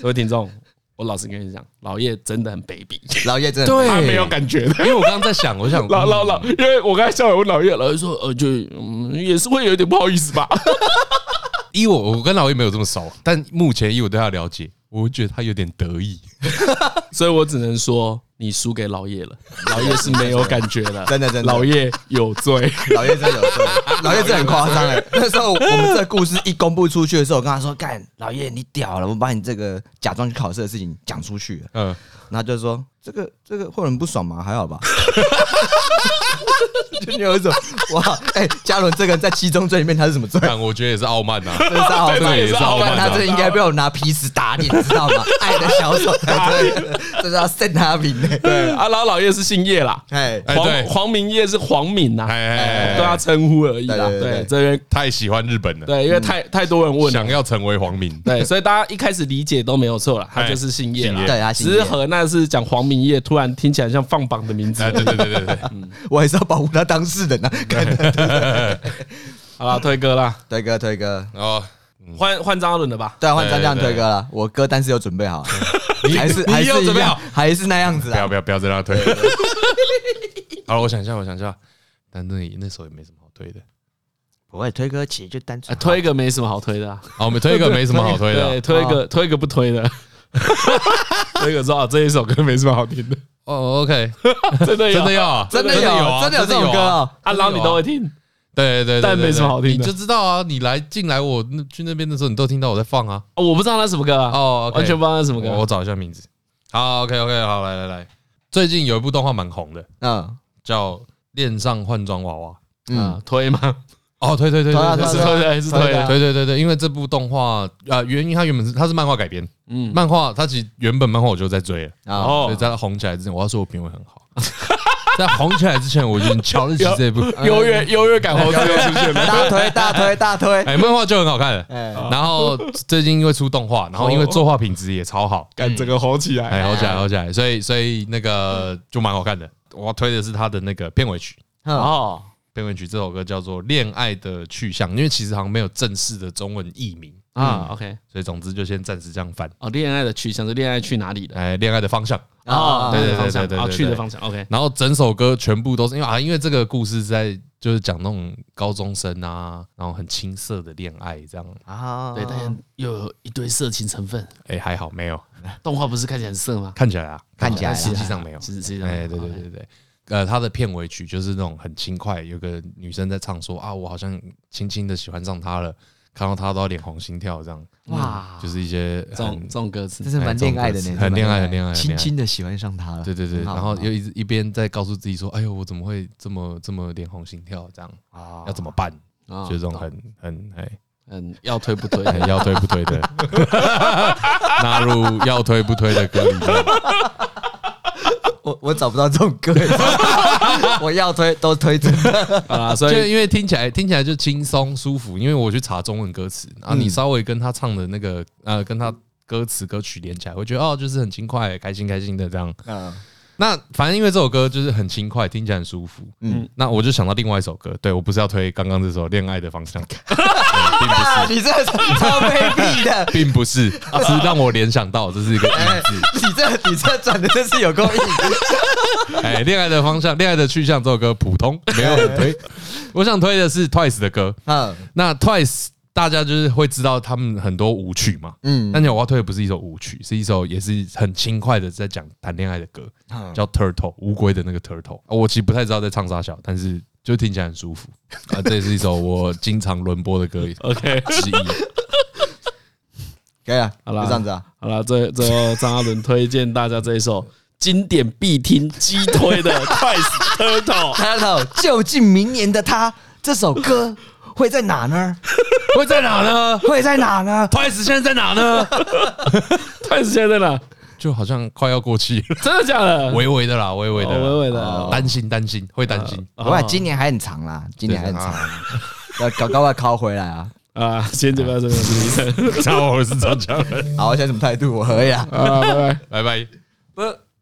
各位听众，我老实跟你讲，老叶真的很卑鄙，老叶真的 对，他没有感觉的。因为我刚刚在想，我想老老老，因为我刚才笑我问老叶，老叶说呃，就嗯也是会有一点不好意思吧。以我我跟老叶没有这么熟，但目前以我对他的了解，我会觉得他有点得意。所以我只能说，你输给老叶了，老叶是没有感觉 的，真的真的老叶有罪。老叶真的 有罪，老叶真的很夸张哎。那时候我们这故事一公布出去的时候，我跟他说：“干，老叶你屌了，我把你这个假装去考试的事情讲出去了。嗯，”然后他就说：“这个这个会有人不爽吗？还好吧。” 就你有一种哇，哎、嘉伦这个人在七宗罪里面他是什么罪？但我觉得也是傲 慢呐、啊真是傲对慢，这也是傲慢他这应该被我拿皮尺打脸，知道吗？ 爱的小手，对 对，这是要扇他平的。对，啊，然后老叶是姓叶啦， 哎，哎对黄黄明叶是黄敏呐，哎哎哎对他称呼而已啦。对对对对，这边太喜欢日本了，对，因为太太多人问了嗯想，要成为皇民。对，所以大家一开始理解都没有错了，他就是姓叶啦。哎对啊，只是和那是讲黄明叶，突然听起来像放榜的名字哎，。对对对 对对，我还是要保护他当事人啊。好了，推歌啦，推哥，推哥，然后换换张嘉伦的吧。对啊，换张亮对对推歌了。我歌单是有准备好，啊 你还是你还要是怎一么样样？，还是那样子不要啊。不要不要再让他推。 好了，我想一下，我想一下，但那那时候也没什么好 推的。不会推歌，其实就单啊纯推一个没什么好推的啊，哦好，我们推一个没什么好嗯推的啊对，。推一个推一个不推 的，推一个说啊这一首歌没什么好听的，哦，OK， 真的有真的要啊，真的有有，啊，真的有这种歌啊。哦。啊，然后你都会听，对对对，对但没什么好听的你就知道啊。你来进来我那去那边的时候，你都听到我在放啊。哦我不知道那什么歌啊，哦，OK，完全不知道那什么我我歌。找一下名字。好，OK OK，好，来来来，最近有一部动画蛮红的，嗯叫《恋上换装娃娃》。嗯，啊，推 吗？哦，对对对推啊对对推啊是是推的，是推推的的。对对对对，因为这部动画呃，原因它原本是它是漫画改编，嗯，漫画它其实原本漫画我就在追了，啊哦所以，在它红起来之前，我要说我品味很好。 在红起来之前，我已经瞧得起这部，优越优越 感猴子又出现了。大推大推大 推，哎，漫画就很好看了。哎，然后最近因为出动画，然后因为作画品质也超好，干整个吼起来。哎，好起来，好起来，所以所以那个就蛮好看的。我要推的是它的那个片尾曲，嗯哦，片尾曲这首歌叫做《恋爱的去向》，因为其实好像没有正式的中文译名，啊，OK，所以总之就先暂时这样翻。哦，恋爱的去向是恋爱去哪里的？哎，恋爱的方向，哦，对对对方向对对对啊，对去的方向，OK。然后整首歌全部都是因为啊，因为这个故事是在就是讲那种高中生啊，然后很青涩的恋爱这样。啊对，但又有一堆色情成分。哎，还好没有，动画不是看起来很色吗？看起来啊，看起来啊但实际上没有。实际上，哦哎，对对对对。呃，它的片尾曲就是那种很轻快，有个女生在唱说啊，我好像轻轻的喜欢上他了，看到他都要脸红心跳这样，哇，就是一些这种很这种歌词这，是蛮恋爱的呢，哎很恋爱很恋爱很轻恋爱轻的喜欢上他了。对对对，很好然后很好又一直一边在告诉自己说，哎呦，我怎么会这么这么脸红心跳这样，啊要怎么办？啊就这种很很哎嗯，要推不 推？哎要推不推的， 纳入要推不推的歌里面。我我找不到这种歌， 我要推都推这个。啊，所就以因为听起来听起来就轻松舒服，因为我去查中文歌词，然后你稍微跟他唱的那个呃，跟他歌词歌曲连起来，我觉得哦，就是很轻快，开心开心的这样。嗯那反正因为这首歌就是很轻快，听起来很舒服。嗯嗯，那我就想到另外一首歌，对我不是要推刚刚这首《恋爱的方向》，嗯 啊，你这个超卑鄙的，并不是，并不是，是让我联想到这是一个哎意字。你这你这转的真是有够硬。哎，恋爱的方向，恋爱的去向，这首歌普通，没有很推。我想推的是 Twice 的歌。嗯那 Twice 大家就是会知道他们很多舞曲嘛。嗯，但是我要推的不是一首舞曲，是一首也是很轻快的在讲谈恋爱的歌，叫 Turtle 乌龟的那个 Turtle。啊我其实不太知道在唱啥小，但是就听起来很舒服啊。这也是一首我经常轮播的歌 OK，之一。可以啊，好啦就这样子啊。好了，最最后张阿伦推荐大家这一首经典必听击推的 Twice Turtle，他到究竟明年的他这首歌会在哪呢？会在哪呢会在哪呢？ ？Twice 现在在哪 呢？ Twice 现在在哪？就好像快要过气 了，真的假的？微微的啦，微微的哦啦，啊微微的哦担心担心，会担 心。哦不过今年还很长啦，今年还很长，要搞搞快拷回来啊！啊，先这边这边是医生，然后我是张家人，好，现在什么态度？我可以啊。啊，拜拜。拜拜。不是